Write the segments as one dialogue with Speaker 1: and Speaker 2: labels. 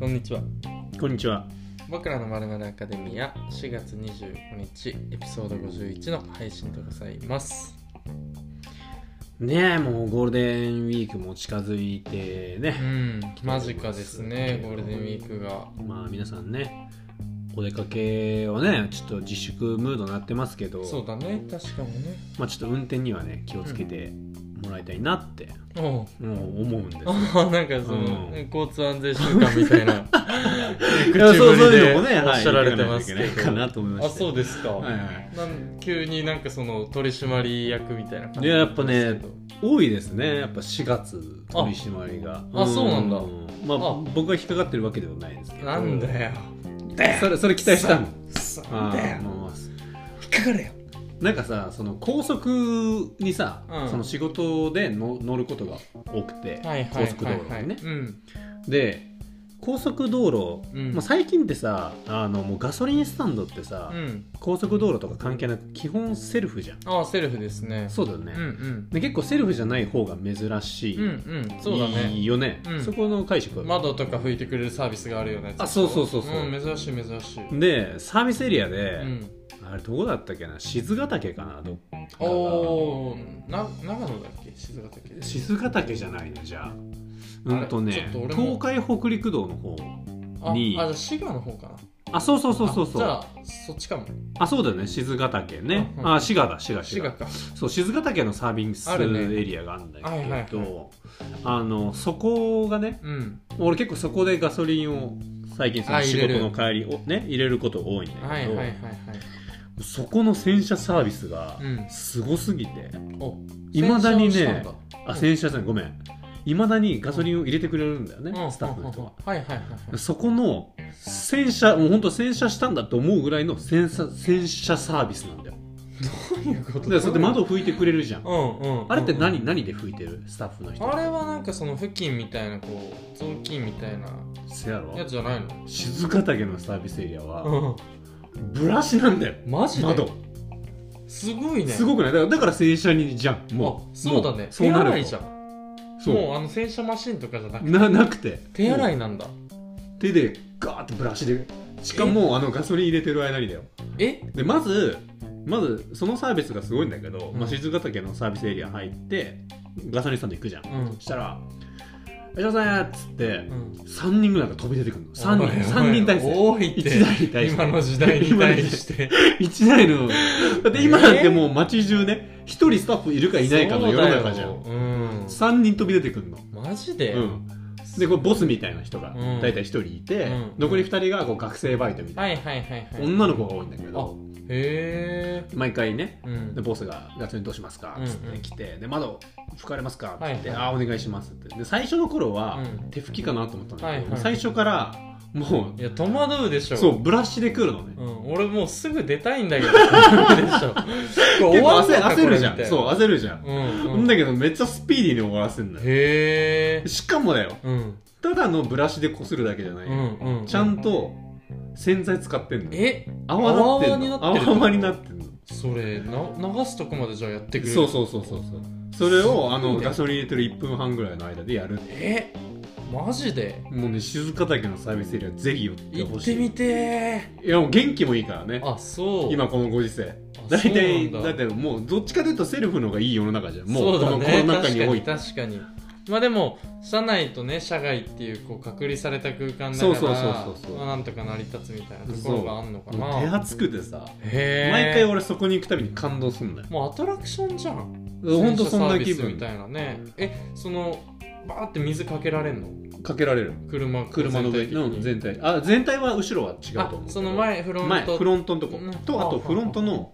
Speaker 1: こんにちは
Speaker 2: こんにちは。
Speaker 1: 僕らのまるまるアカデミア4月25日エピソード51の配信でございます
Speaker 2: ねえ、もうゴールデンウィークも近づいて
Speaker 1: う
Speaker 2: ね。
Speaker 1: ん間近ですねゴールデンウィークが
Speaker 2: まあ皆さんね、お出かけをね、ちょっと自粛ムードになってますけど、
Speaker 1: そうだね確かにね
Speaker 2: まあちょっと運転にはね、気をつけてもらいたいなって、
Speaker 1: おう
Speaker 2: もう思うんですよ。
Speaker 1: あ なんかその、
Speaker 2: うん
Speaker 1: 交通安全週間みたい な口ぶり
Speaker 2: いやそうそういう
Speaker 1: で
Speaker 2: のもね、
Speaker 1: おっ
Speaker 2: はい、
Speaker 1: しゃられてますけど、
Speaker 2: いかないといけないかなと思いま
Speaker 1: あ
Speaker 2: した。
Speaker 1: そう
Speaker 2: う
Speaker 1: ですか、
Speaker 2: はいはい。
Speaker 1: なん急になんかその取締役みたいな感じ
Speaker 2: いややっぱね
Speaker 1: ですけど
Speaker 2: 多いですね、やっぱ4月、取り締まりが。
Speaker 1: あそうなんだ
Speaker 2: まあ
Speaker 1: あ
Speaker 2: 僕が引っかかってるわけではないですけど。
Speaker 1: なんだよ
Speaker 2: それ、それ期待したの。
Speaker 1: そ
Speaker 2: あ
Speaker 1: うだよ
Speaker 2: ーもう
Speaker 1: 引っかかれよ
Speaker 2: なんかさその高速にさ、
Speaker 1: うん
Speaker 2: その仕事での乗ることが多くて、
Speaker 1: はいはいはいはい
Speaker 2: 高速道路にね。
Speaker 1: うん
Speaker 2: で高速道路、
Speaker 1: うん
Speaker 2: まあ、最近ってさあのもうガソリンスタンドってさ、
Speaker 1: うん
Speaker 2: 高速道路とか関係なく基本セルフじゃん
Speaker 1: あセルフですね
Speaker 2: そうだよね、
Speaker 1: うんうん
Speaker 2: で結構セルフじゃない方が珍しい、
Speaker 1: うんうんそうだ
Speaker 2: い
Speaker 1: ね
Speaker 2: いよね、
Speaker 1: うん
Speaker 2: そこの解釈は
Speaker 1: 窓とか拭いてくれるサービスがあるようなやつ
Speaker 2: あそうそうそうそうん
Speaker 1: 珍しい珍しい
Speaker 2: でサービスエリアで、
Speaker 1: うん
Speaker 2: あれどこだったっけな静ヶ岳かなどっかが
Speaker 1: おおな長野だっけ静岡だっけ
Speaker 2: 静ヶ岳じゃないのじゃあ
Speaker 1: あれ
Speaker 2: うんとね
Speaker 1: ちょっと俺も
Speaker 2: 東海北陸道の方
Speaker 1: ああ
Speaker 2: に
Speaker 1: じゃあ滋賀の方かな
Speaker 2: あそうそうそうそうそう
Speaker 1: あ
Speaker 2: あ
Speaker 1: じゃあそっちかも
Speaker 2: そうだよね静ヶ岳ね、
Speaker 1: うんうん
Speaker 2: あ滋賀だ滋賀
Speaker 1: 滋
Speaker 2: 滋
Speaker 1: 賀
Speaker 2: 賀
Speaker 1: か
Speaker 2: そう静ヶ岳のサービス
Speaker 1: あ
Speaker 2: エ
Speaker 1: るね
Speaker 2: リアがあるんだけど、
Speaker 1: はいはいはい
Speaker 2: あのそこがね
Speaker 1: うん
Speaker 2: 俺結構そこでガソリンを最近そ
Speaker 1: あ
Speaker 2: の仕
Speaker 1: 入れる
Speaker 2: 事の帰りをね入れること多いんだけど、
Speaker 1: はいはいはいはい
Speaker 2: そこの洗車サービスが
Speaker 1: うん
Speaker 2: すごすぎて、
Speaker 1: お
Speaker 2: いまだにね
Speaker 1: 洗車をしたんだ
Speaker 2: あ洗車じゃないごめんいまだにガソリンを入れてくれるんだよね、
Speaker 1: うん
Speaker 2: スタッフの人が、
Speaker 1: はいはいはいはい
Speaker 2: そこの洗車もう本当洗車したんだと思うぐらいの洗車洗車サービスなんだよ
Speaker 1: どういうこと
Speaker 2: でそれで窓拭いてくれるじゃん
Speaker 1: うんうんうん
Speaker 2: あれって何何で拭いてるスタッフの人
Speaker 1: あれはなんかその布巾みたいなこう雑巾みたいな
Speaker 2: せやろ
Speaker 1: やつじゃない
Speaker 2: 静ヶ岳のサービスエリアは
Speaker 1: の
Speaker 2: ブラシなんだよ
Speaker 1: うんマジで
Speaker 2: 窓
Speaker 1: すごいね
Speaker 2: すごくないだからだから洗車にじゃんも
Speaker 1: あ
Speaker 2: う
Speaker 1: そうだ
Speaker 2: も
Speaker 1: ね
Speaker 2: そう
Speaker 1: 手
Speaker 2: なる
Speaker 1: 洗
Speaker 2: と
Speaker 1: いじゃん
Speaker 2: そう
Speaker 1: もうあの洗車マシンとかじゃなくて
Speaker 2: ななくて
Speaker 1: 手洗い
Speaker 2: も
Speaker 1: なんだ
Speaker 2: う手でガーってブラシでしかもあのガソリン入れてる間にだよ
Speaker 1: え
Speaker 2: でまずまずそのサービスがすごいんだけど、
Speaker 1: うん
Speaker 2: まあ、静ヶ岳のサービスエリア入ってガソリンスタンド行くじゃん、
Speaker 1: うん
Speaker 2: そしたら「いらっしゃいっつって、
Speaker 1: うん
Speaker 2: 3人ぐらいが飛び出てくるの3
Speaker 1: おいおいおい
Speaker 2: 人三人体制
Speaker 1: 多いっ
Speaker 2: 1台に対
Speaker 1: て
Speaker 2: して
Speaker 1: 今の時代に対して
Speaker 2: 1台のだって今なんてもう街中ね1人スタッフいるかいないかの世の中じゃ
Speaker 1: そうんだようん
Speaker 2: 3人飛び出てくるの、
Speaker 1: マジで
Speaker 2: うん、でこれボスみたいな人が
Speaker 1: うん
Speaker 2: 大体1人いて、
Speaker 1: うん
Speaker 2: 残り2人がこう学生バイトみた
Speaker 1: はいいはいはい
Speaker 2: な、
Speaker 1: はい
Speaker 2: 女の子が多いんだけど
Speaker 1: へえ
Speaker 2: 毎回ね
Speaker 1: うん
Speaker 2: でボスが「ガソリンどうしますか?」っつっ
Speaker 1: うんう
Speaker 2: て
Speaker 1: ん
Speaker 2: 来て「で窓拭かれますか?」って言って「
Speaker 1: はい
Speaker 2: ああお願いします」ってで最初の頃は
Speaker 1: うん
Speaker 2: 手拭きかなと思ったんだ
Speaker 1: はい
Speaker 2: け
Speaker 1: はい
Speaker 2: ど、もう最初からも
Speaker 1: いや戸惑うでし
Speaker 2: う
Speaker 1: ょ
Speaker 2: そうブラシで来るのね、
Speaker 1: うん、俺もうすぐ出たいんだけど、無理でしょ。これ終
Speaker 2: 結
Speaker 1: わ
Speaker 2: 構
Speaker 1: んの
Speaker 2: 焦
Speaker 1: か
Speaker 2: 焦るじゃ
Speaker 1: これみたい
Speaker 2: ん
Speaker 1: な
Speaker 2: そう焦るじゃ
Speaker 1: う
Speaker 2: ん、
Speaker 1: ん、
Speaker 2: な、
Speaker 1: うんん。
Speaker 2: だ
Speaker 1: へ
Speaker 2: けどめっちゃスピーディーに終わらせるんだよ
Speaker 1: え。
Speaker 2: しかもだよ
Speaker 1: うん、
Speaker 2: ただのブラシでこするだけじゃない、
Speaker 1: うん、うん。
Speaker 2: ちゃんと洗剤使ってんの
Speaker 1: え、
Speaker 2: 泡立ってんの
Speaker 1: 泡泡になってる
Speaker 2: 泡泡になってんの
Speaker 1: それ、な、流すとこまでじゃあやってくれる。
Speaker 2: そうそうそうそうそうそれをあ
Speaker 1: すごい
Speaker 2: の
Speaker 1: ね
Speaker 2: ガソリン入れてる1分半ぐらいの間でやる
Speaker 1: え、マジで
Speaker 2: もうね静ヶ岳のサービスエリアぜひ寄って
Speaker 1: 行
Speaker 2: ほ
Speaker 1: っ
Speaker 2: しい
Speaker 1: てみて
Speaker 2: いやもう元気もいいからね
Speaker 1: ー。あ、そう。
Speaker 2: 今このご時世
Speaker 1: あ、
Speaker 2: 大
Speaker 1: そ
Speaker 2: 体
Speaker 1: う
Speaker 2: だ
Speaker 1: なん
Speaker 2: ってもうどっちかというとセルフの方がいい世の中じゃんも
Speaker 1: そうう
Speaker 2: こ
Speaker 1: だ
Speaker 2: の
Speaker 1: ね
Speaker 2: コロナ禍において
Speaker 1: 確かに。確かにまあでも社内とね社外っていうこう隔離された空間だから
Speaker 2: そうそうそうそうそう
Speaker 1: まあ、なんとか成り立つみたいなところがあんのか
Speaker 2: もう手
Speaker 1: な
Speaker 2: 厚くてさ
Speaker 1: へえ
Speaker 2: 毎回俺そこに行くたびに感動すんだよ
Speaker 1: もうアトラクションじゃん
Speaker 2: ほんとそん
Speaker 1: 洗車サー
Speaker 2: な気
Speaker 1: ビスみ
Speaker 2: 分
Speaker 1: たいなねえそのバーって水かけられんの
Speaker 2: かけられる
Speaker 1: 車
Speaker 2: 車の
Speaker 1: 全
Speaker 2: 上
Speaker 1: 体的に
Speaker 2: の全体あ全体は後ろは違うと思うけ
Speaker 1: あ
Speaker 2: ど
Speaker 1: その前フロント
Speaker 2: 前フロントのとこ
Speaker 1: うん
Speaker 2: とあ
Speaker 1: あ
Speaker 2: とフロントの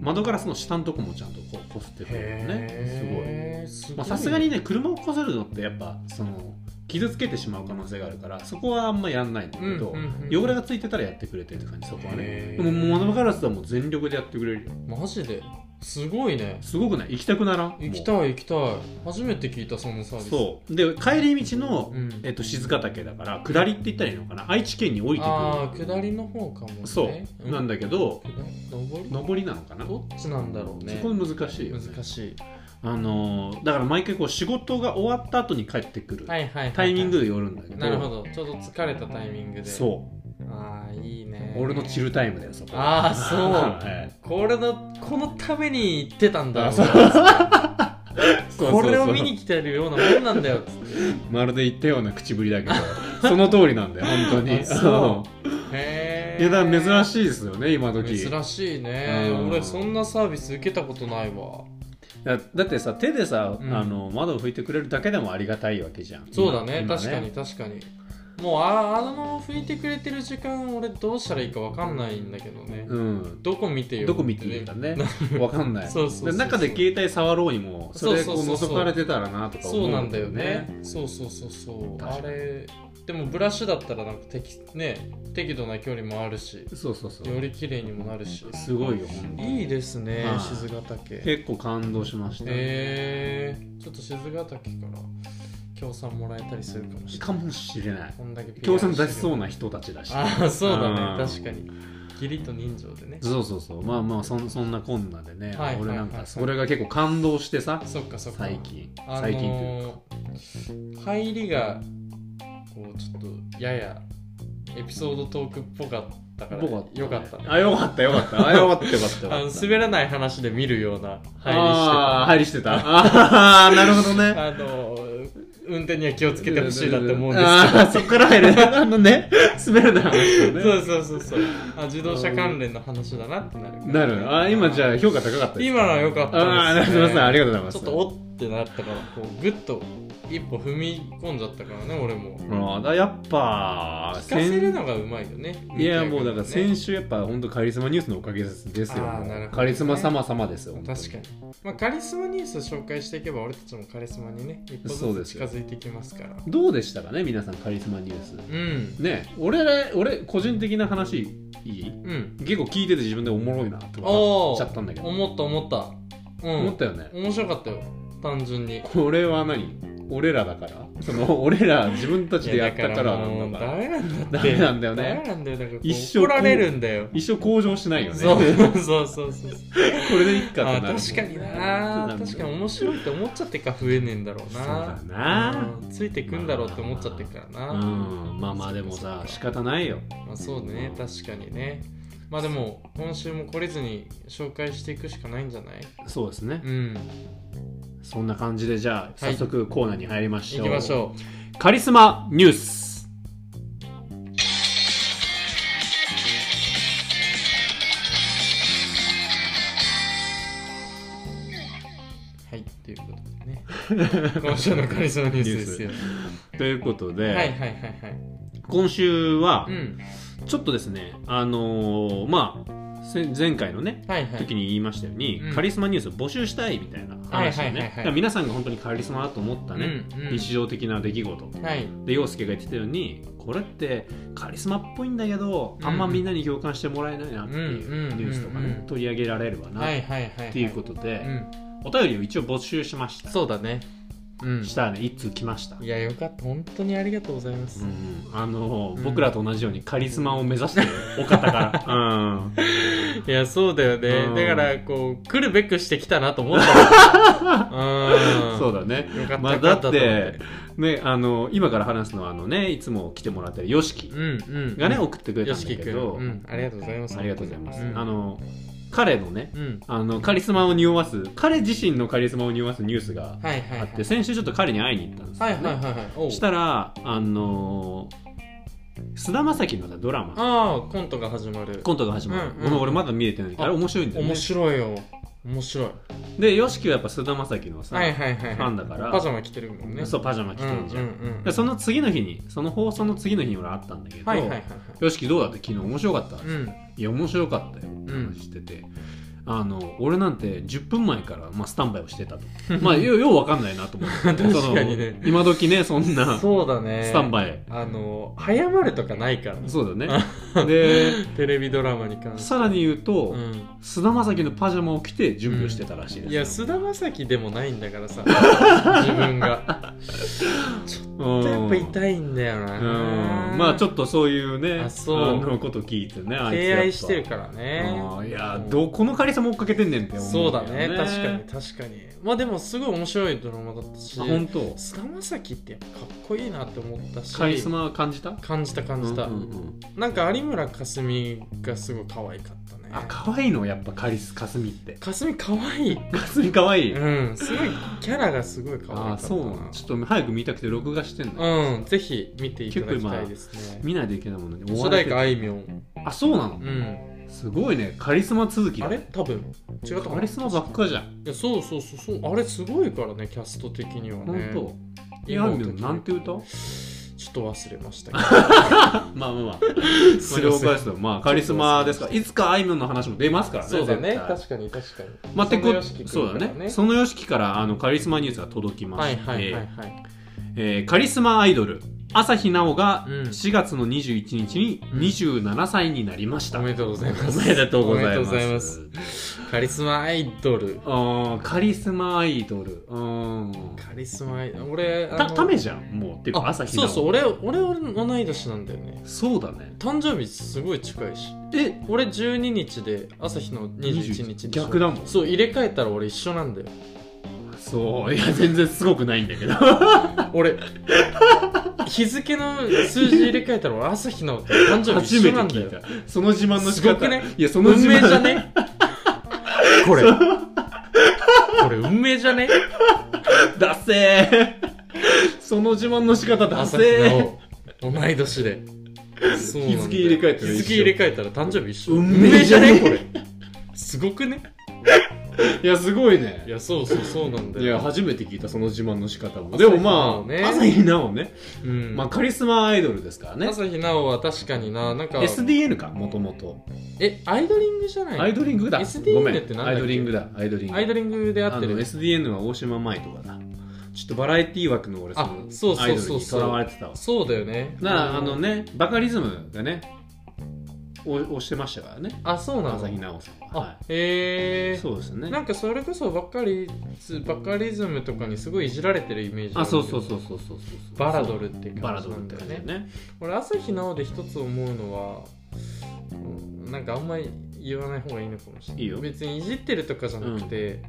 Speaker 2: 窓ガラスの下のとこもちゃんとこうこすってくれるのね
Speaker 1: へーす
Speaker 2: す
Speaker 1: ごい
Speaker 2: ごいまあさすがにね車をこするのってやっぱその傷つけてしまう可能性があるからそこはあんまやんないんだけど、
Speaker 1: うんうんうん
Speaker 2: 汚れがついてたらやってくれてるって感じそこはね
Speaker 1: へー
Speaker 2: でももう窓ガラスはもう全力でやってくれるよ
Speaker 1: マジですごいね
Speaker 2: すごくない行きたくならん
Speaker 1: 行き
Speaker 2: も
Speaker 1: たい行きたい初めて聞いたそのサー
Speaker 2: う
Speaker 1: ビス
Speaker 2: そうで帰り道の、
Speaker 1: うん
Speaker 2: えっと、静ヶ岳だから下りって言ったらいいのかな愛知県に降りて
Speaker 1: ああ
Speaker 2: くる
Speaker 1: 下りの方かもね
Speaker 2: そう、なん
Speaker 1: だ
Speaker 2: だけど
Speaker 1: 上り
Speaker 2: 上りなのかな
Speaker 1: どっちなんだろうね
Speaker 2: そこ難しいよね
Speaker 1: 難しい
Speaker 2: あのーだから毎回こう仕事が終わった後に帰ってくる
Speaker 1: はいはいはいはい
Speaker 2: タイミングで寄るんだけど、
Speaker 1: なるほどちょうど疲れたタイミングで
Speaker 2: そ
Speaker 1: ああいいね
Speaker 2: う俺のチルタイムだよそこ
Speaker 1: ああそう
Speaker 2: はい
Speaker 1: これのこのために行ってたんだ
Speaker 2: あそうそうそうそう
Speaker 1: これを見に来てるようなもんなんだよつって
Speaker 2: まるで言ったような口ぶりだけど その通りなんだよ本当に
Speaker 1: あそ へ
Speaker 2: いやだから珍
Speaker 1: い
Speaker 2: しいですよね今時
Speaker 1: 珍しいね
Speaker 2: うん
Speaker 1: 俺そんなサービス受けたことないわ
Speaker 2: だだってさ手でさ、
Speaker 1: うん
Speaker 2: あの窓を拭いてくれるだけでもありがたいわけじゃん
Speaker 1: そうだね
Speaker 2: 今
Speaker 1: 確かに確かにもうああの拭いてくれてる時間俺どうしたらいいかわかんないんだけどね、
Speaker 2: うん
Speaker 1: どこ見てよ
Speaker 2: どこ見ていいか ねわかんない
Speaker 1: そうそうそうそう
Speaker 2: で中で携帯触ろうにもそれこう
Speaker 1: そうそうそうそう
Speaker 2: 覗かれてたらなとか
Speaker 1: そ
Speaker 2: 思
Speaker 1: う
Speaker 2: う
Speaker 1: なんだよねそうそうそうそう
Speaker 2: 確か
Speaker 1: あ
Speaker 2: に
Speaker 1: れでもブラシだったらなんか適,、ね、適度な距離もあるし
Speaker 2: そうそうそう
Speaker 1: より綺麗にもなるし
Speaker 2: すごいよ本当に
Speaker 1: いいですね
Speaker 2: はい
Speaker 1: 静ヶ岳へ
Speaker 2: 結構感動しました、
Speaker 1: えー、ちょっと静ヶ岳から協賛もらえたりするかもしれない
Speaker 2: かもしれない
Speaker 1: こんだけ PR
Speaker 2: 共産出しそううな人たちだし
Speaker 1: ああそうだね
Speaker 2: うん
Speaker 1: 確かに義理と人情でね
Speaker 2: そうそうそうまあまあそんそんなこんなでね、
Speaker 1: はい
Speaker 2: 俺な
Speaker 1: は
Speaker 2: ん
Speaker 1: いはい
Speaker 2: かそれが結構感動してさ
Speaker 1: そっかそっか
Speaker 2: 最近、
Speaker 1: あのー
Speaker 2: 最近というか
Speaker 1: 入りがこうちょっとややエピソードトークっぽかったから
Speaker 2: 僕は
Speaker 1: よかったね
Speaker 2: あよかったよかったあよかったよかったよ
Speaker 1: あ
Speaker 2: か
Speaker 1: の
Speaker 2: った
Speaker 1: 滑らない話で見るような入りしてた
Speaker 2: あー入りしてたああなるほどね
Speaker 1: あの運転には気をつけてほしいなって思うんですけ
Speaker 2: あーそっから入るあのね滑るな話をね
Speaker 1: ど、そうそうそうそうあ自動車関連の話だなってなるから
Speaker 2: なるあー今じゃあ評価高かったです
Speaker 1: 今のは良かっ
Speaker 2: あ
Speaker 1: た
Speaker 2: あ
Speaker 1: ですす、
Speaker 2: み
Speaker 1: ね、
Speaker 2: ませんありがとうございま
Speaker 1: ち
Speaker 2: す
Speaker 1: ょっとおってなったからこうグッと一歩踏み込んじゃったからね俺も
Speaker 2: あーだやっぱ
Speaker 1: 聞かせるのがうまいよね
Speaker 2: いやもうだから先
Speaker 1: 手
Speaker 2: 週やっぱ本当カリスマニュースのおかげですですよ、
Speaker 1: あーなるほどね
Speaker 2: カリスマ様様ですよ
Speaker 1: 確か
Speaker 2: 本当
Speaker 1: に、まあ、カリスマニュース紹介していけば俺たちもカリスマにね一歩
Speaker 2: そう
Speaker 1: ず
Speaker 2: で
Speaker 1: つ
Speaker 2: す
Speaker 1: 近
Speaker 2: よ
Speaker 1: づいていきますから
Speaker 2: どうでしたかね皆さんカリスマニュース
Speaker 1: うん
Speaker 2: ね俺ら俺個人的な話いい
Speaker 1: うん
Speaker 2: 結構聞いてて自分でおもろいなとか
Speaker 1: おー
Speaker 2: 思っちゃったんだけど
Speaker 1: 思った思ったうん
Speaker 2: 思ったよね
Speaker 1: 面白かったよ単純に
Speaker 2: これは何俺らだからその 俺ら自分たちでやったから
Speaker 1: い
Speaker 2: な
Speaker 1: や
Speaker 2: ん
Speaker 1: だ
Speaker 2: だ
Speaker 1: からもうダ
Speaker 2: から
Speaker 1: メなんだっ
Speaker 2: ダ
Speaker 1: て
Speaker 2: メなんだよ
Speaker 1: ダメ
Speaker 2: ね
Speaker 1: なんだよだからこう
Speaker 2: 一生
Speaker 1: 怒られるんだよ
Speaker 2: 一生向上しないよね
Speaker 1: そう
Speaker 2: こ
Speaker 1: そうそうそう
Speaker 2: れでいっか
Speaker 1: あ
Speaker 2: ってなる
Speaker 1: 確かにな確かに面白いって思っちゃってっから増えねえんだろう
Speaker 2: そうだ
Speaker 1: な
Speaker 2: な
Speaker 1: うんついてくんだろうって思っちゃってっからな、
Speaker 2: うんまあまあでもさ仕方ないよ
Speaker 1: まあ、そうね確かにねまあでも今週も懲りずに紹介していくしかないんじゃない
Speaker 2: そうですね
Speaker 1: うん
Speaker 2: そんな感じでじゃあ
Speaker 1: はい
Speaker 2: 早速コーナーに入りまし
Speaker 1: 行
Speaker 2: ょう、
Speaker 1: きましょ
Speaker 2: カリスマニュース
Speaker 1: うはいということでね今週のカリスマニュースですよ
Speaker 2: ということで、
Speaker 1: はいはいはいはい
Speaker 2: 今週は
Speaker 1: うん
Speaker 2: ちょっとですねあのーまあせ前回のね
Speaker 1: はいはい
Speaker 2: 時に言いましたように、
Speaker 1: うん
Speaker 2: カリスマニュースを募集したいみたいな話を
Speaker 1: はいはいはいは
Speaker 2: ね
Speaker 1: い
Speaker 2: だから皆さんが本当にカリスマだと思ったね、
Speaker 1: うんうん
Speaker 2: 日常的な出来事
Speaker 1: はい
Speaker 2: で陽介が言ってたようにこれってカリスマっぽいんだけどあんまみんなに共感してもらえないなっていうニュースとか
Speaker 1: うんうんうんう
Speaker 2: ね
Speaker 1: ん
Speaker 2: 取り上げられればな
Speaker 1: は
Speaker 2: っ
Speaker 1: いはいはい
Speaker 2: ていうことでお便りを一応募集しまし
Speaker 1: うん、
Speaker 2: た
Speaker 1: そうだねうん
Speaker 2: したらね一通来ました
Speaker 1: いやよかった本当にありがとうございます、
Speaker 2: うんあの、
Speaker 1: うん
Speaker 2: 僕らと同じようにカリスマを目 指してるお方から、うん、
Speaker 1: いやそうだよね、
Speaker 2: うん
Speaker 1: だからこう来るべくしてきたなと思ったもんうん
Speaker 2: そうだね
Speaker 1: よかった
Speaker 2: まあ
Speaker 1: よか
Speaker 2: だ
Speaker 1: ったと思
Speaker 2: っ
Speaker 1: って
Speaker 2: てねあの今から話すのはあのねいつも来てもらってる y o s
Speaker 1: うんうん
Speaker 2: がね、送ってくれた
Speaker 1: よ
Speaker 2: んだ
Speaker 1: し
Speaker 2: け
Speaker 1: きくん、
Speaker 2: ど、
Speaker 1: うん、ありがとうございます
Speaker 2: ありがとうございます、
Speaker 1: うん
Speaker 2: あの彼のね
Speaker 1: うん
Speaker 2: あのカリスマを匂わす彼自身のカリスマを匂わすニュースが
Speaker 1: はいはい
Speaker 2: あ
Speaker 1: は
Speaker 2: っ
Speaker 1: い
Speaker 2: て先週ちょっと彼に会いに行ったんですよ、
Speaker 1: は
Speaker 2: ね
Speaker 1: いはいはいはいおう
Speaker 2: したらあの菅田将暉のさドラマ
Speaker 1: ああコントが始まる
Speaker 2: コントが始まる、
Speaker 1: うんうん
Speaker 2: ごめん俺まだ見れてないけどあれ面白いんだよね
Speaker 1: 面白いよ面白い
Speaker 2: で YOSHIKI はやっぱ菅田将暉のさ、
Speaker 1: はいはいはい
Speaker 2: ファ
Speaker 1: は
Speaker 2: ン
Speaker 1: い
Speaker 2: だから
Speaker 1: パジャマ着てるもんね
Speaker 2: そううパジャマ着てるじゃん,、
Speaker 1: んうんうん
Speaker 2: でその次の日にその放送の次の日に俺会ったんだけど、
Speaker 1: はいはいはいはい
Speaker 2: YOSHIKI どうだって昨日面白かった、
Speaker 1: うん
Speaker 2: いや面白かったよって話してて、あの俺なんて10分前から、まあ、スタンバイをしてたとまあようようわかんないなと思って
Speaker 1: 確かにね
Speaker 2: その今時ねそんなス
Speaker 1: そうだね
Speaker 2: タンバイ
Speaker 1: あの早まるとかないからね
Speaker 2: そうだねで
Speaker 1: テレビドラマに関して
Speaker 2: さらに言うと
Speaker 1: うん
Speaker 2: 菅、田将暉のパジャマを着て準備をしてたらしい
Speaker 1: いや
Speaker 2: ですよ、
Speaker 1: 菅田将暉でもないんだから さ自分が
Speaker 2: うん
Speaker 1: やっぱ痛いんだよ
Speaker 2: う
Speaker 1: なん
Speaker 2: まあちょっとそういうね
Speaker 1: あそう
Speaker 2: のこと聞いてねあいつ
Speaker 1: 敬
Speaker 2: やっぱ
Speaker 1: 愛してるからね
Speaker 2: うんいやどこの仮さも追っかけてんねんって思
Speaker 1: そうんだ
Speaker 2: よ
Speaker 1: ね確かに確かにまあでもすごい面白いドラマだったし
Speaker 2: あ本当
Speaker 1: 菅田将暉ってやっぱかっこいいなって思ったし
Speaker 2: カリスマ感じた
Speaker 1: 感じた感じた、
Speaker 2: うんうんうん
Speaker 1: なんか有村架純がすごい可愛かったね
Speaker 2: あ可愛いのやっぱカリスカスミって
Speaker 1: 架純可愛い
Speaker 2: カスミ可愛い
Speaker 1: うんすごいキャラがすごい可愛か
Speaker 2: あ
Speaker 1: った
Speaker 2: そうなのちょっと早く見たくて録画してんの
Speaker 1: うんぜひ見ていただきたいですね
Speaker 2: 見ないといけないものに
Speaker 1: 初代か
Speaker 2: 追わ
Speaker 1: あ
Speaker 2: れ
Speaker 1: いみょん
Speaker 2: てあそうなの
Speaker 1: うん
Speaker 2: すごいねカリスマ続きだ
Speaker 1: あれ多分違ったか
Speaker 2: カ
Speaker 1: な
Speaker 2: リスマばっかじゃん
Speaker 1: いやそうそうそうそうあれすごいからねキャスト的には
Speaker 2: 本
Speaker 1: ね
Speaker 2: 当い
Speaker 1: 今
Speaker 2: やあ
Speaker 1: の
Speaker 2: いみ
Speaker 1: 時
Speaker 2: ょんなんて歌ま
Speaker 1: ちょっと忘れましたけ
Speaker 2: あまあまあ
Speaker 1: ど
Speaker 2: それを返すとまあカリスマですからいつかあいみょんの話も出ますからね
Speaker 1: そうだね
Speaker 2: 絶対
Speaker 1: 確かに確かに
Speaker 2: まあ、て
Speaker 1: そ
Speaker 2: こ
Speaker 1: の YOSHIKI
Speaker 2: そうだ
Speaker 1: 君から
Speaker 2: ねそのよしきからあのカリスマニュースが届きま
Speaker 1: は
Speaker 2: し
Speaker 1: い
Speaker 2: て、
Speaker 1: はいはいはい
Speaker 2: えーカリスマアイドル朝日奈央が
Speaker 1: うん
Speaker 2: 4月の21日に
Speaker 1: うん
Speaker 2: 27歳になりました、
Speaker 1: おめでとうございます
Speaker 2: おめでとうござ
Speaker 1: おめで
Speaker 2: います
Speaker 1: とうございますカリスマアイドル
Speaker 2: あーカリスマアイドルうーん
Speaker 1: カリスマアイドル俺あ
Speaker 2: た
Speaker 1: の
Speaker 2: ためじゃんもうっていうか朝日
Speaker 1: そう
Speaker 2: 奈央
Speaker 1: そう俺俺は同い年なんだよね
Speaker 2: そうだね
Speaker 1: 誕生日すごい近いし
Speaker 2: え
Speaker 1: 俺12日で朝日の21日でしょ
Speaker 2: 逆だもん
Speaker 1: そう入れ替えたら俺一緒なんだよ
Speaker 2: そういや全然すごくないんだけど
Speaker 1: 俺 日付の数字入れ替えたら俺朝日の誕生日
Speaker 2: 初
Speaker 1: 一
Speaker 2: め
Speaker 1: 緒
Speaker 2: て
Speaker 1: なんだ
Speaker 2: 聞
Speaker 1: よ
Speaker 2: いたその自慢の仕
Speaker 1: すご
Speaker 2: 方
Speaker 1: くね
Speaker 2: いやその
Speaker 1: 運
Speaker 2: 自
Speaker 1: 命
Speaker 2: 慢
Speaker 1: じゃねこれこれ運命じゃね
Speaker 2: だせー その自慢の仕方だ
Speaker 1: 朝
Speaker 2: せ
Speaker 1: 日
Speaker 2: ー
Speaker 1: の同い年でそうなんだよ
Speaker 2: 日付入れ替えたら一緒
Speaker 1: 日付入れ替えたら誕生日一緒
Speaker 2: 運命じゃね
Speaker 1: 運命これすごくね
Speaker 2: いやすごいね
Speaker 1: いやそうそうそうなんだよ
Speaker 2: いや初めて聞いたその自慢の仕方も
Speaker 1: 朝
Speaker 2: で
Speaker 1: 日
Speaker 2: もま
Speaker 1: 奈央
Speaker 2: あ
Speaker 1: ね
Speaker 2: 朝日奈央ね、
Speaker 1: うん
Speaker 2: まあ、カリスマアイドルですからね
Speaker 1: 朝日奈央は確かにななんか
Speaker 2: SDN かもともと
Speaker 1: えアイドリングじゃない
Speaker 2: アイドリングだ
Speaker 1: SDN
Speaker 2: ごめ
Speaker 1: ってなん
Speaker 2: ん
Speaker 1: だ
Speaker 2: ア
Speaker 1: っけ
Speaker 2: イドリングだアイドリング
Speaker 1: アイドリングで
Speaker 2: あ
Speaker 1: 合って
Speaker 2: の
Speaker 1: る
Speaker 2: SDN は大島舞とかだちょっとバラエティ枠の俺そ
Speaker 1: あ
Speaker 2: の
Speaker 1: そう
Speaker 2: ア
Speaker 1: そ
Speaker 2: イ
Speaker 1: う
Speaker 2: ドル
Speaker 1: そう
Speaker 2: に
Speaker 1: そ
Speaker 2: と
Speaker 1: う
Speaker 2: らわれてたわ
Speaker 1: そうだよね
Speaker 2: だからあのねバカリズムがねお推してましたからね
Speaker 1: あそうなの
Speaker 2: 朝日奈央さんは、
Speaker 1: あ
Speaker 2: は
Speaker 1: へ
Speaker 2: い、
Speaker 1: え
Speaker 2: そうですね
Speaker 1: なんかそれこそばっかりばっかりズムとかにすごいいじられてるイメージ
Speaker 2: あそうそう
Speaker 1: う
Speaker 2: そうそうそうそう
Speaker 1: バラドルっていう
Speaker 2: バ
Speaker 1: 感
Speaker 2: ラ
Speaker 1: じ
Speaker 2: ド
Speaker 1: な
Speaker 2: ルっ
Speaker 1: んだ
Speaker 2: て
Speaker 1: よ
Speaker 2: 感じだよ
Speaker 1: ね
Speaker 2: ね
Speaker 1: 俺朝日奈央で一つ思うのはうんなんかあんまり言わない方がいいのかもしれない
Speaker 2: いいよ
Speaker 1: 別にいじってるとかじゃなくて、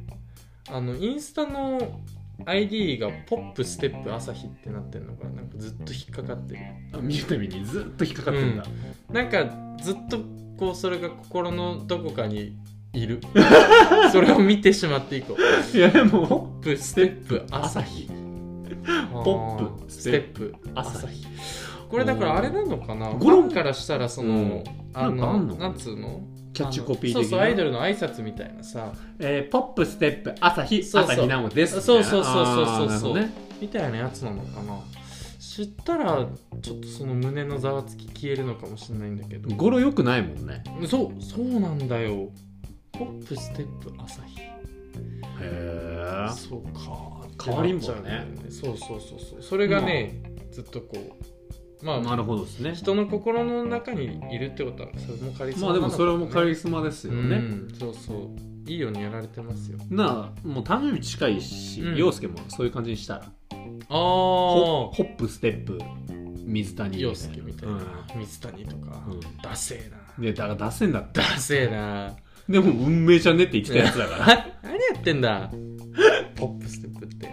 Speaker 1: あのインスタの ID が「ポップステップ朝日」ってなってるのがなんかずっと引っかかってる
Speaker 2: あ見るたびにずっと引っかかってんだ、
Speaker 1: なんかずっとこうそれが心のどこかにい るそれを見てしまっていこう「
Speaker 2: いやでも
Speaker 1: ポップステップ朝日」
Speaker 2: ポップ
Speaker 1: ステップ
Speaker 2: 朝日
Speaker 1: これだからあれなのかな
Speaker 2: ゴ
Speaker 1: フ
Speaker 2: ロン
Speaker 1: ァンからしたらその、あ
Speaker 2: なんかあんの
Speaker 1: なんつうの
Speaker 2: キャッチコピー的な
Speaker 1: あのそうそうアイドルの挨拶みたいなさ
Speaker 2: えーポップステップ朝日
Speaker 1: そうそう
Speaker 2: 朝日奈央です
Speaker 1: そうそうそうそうそう
Speaker 2: あーなるほどね
Speaker 1: みたいなやつなのかな知ったらちょっとその胸のざわつき消えるのかもしれないんだけど
Speaker 2: 語呂良くないもんね
Speaker 1: そうそうなんだよポップステップ朝日
Speaker 2: へ
Speaker 1: そうか
Speaker 2: 変わりんぼだね
Speaker 1: ってなっちゃうんだよそうそうそうそうそれがね、ずっとこうまあ、
Speaker 2: えなるほどですね
Speaker 1: 人の心の中にいるってことはそれもカリスマ
Speaker 2: まあでもそれもカ
Speaker 1: ス
Speaker 2: リスマですよね、
Speaker 1: うん、そうそういいようにやられてますよ
Speaker 2: なあもう誕生日近いし、
Speaker 1: うん
Speaker 2: 陽介もそういう感じにしたら
Speaker 1: あ
Speaker 2: ホ
Speaker 1: あ
Speaker 2: ホップステップ水谷
Speaker 1: 洋介みたいな、
Speaker 2: う
Speaker 1: 水谷とか、
Speaker 2: うん
Speaker 1: ダセえなん
Speaker 2: でだから出せんだって
Speaker 1: ダセえな
Speaker 2: でも運命じゃねって言ってたやつだから
Speaker 1: あ何やってんだポップステップって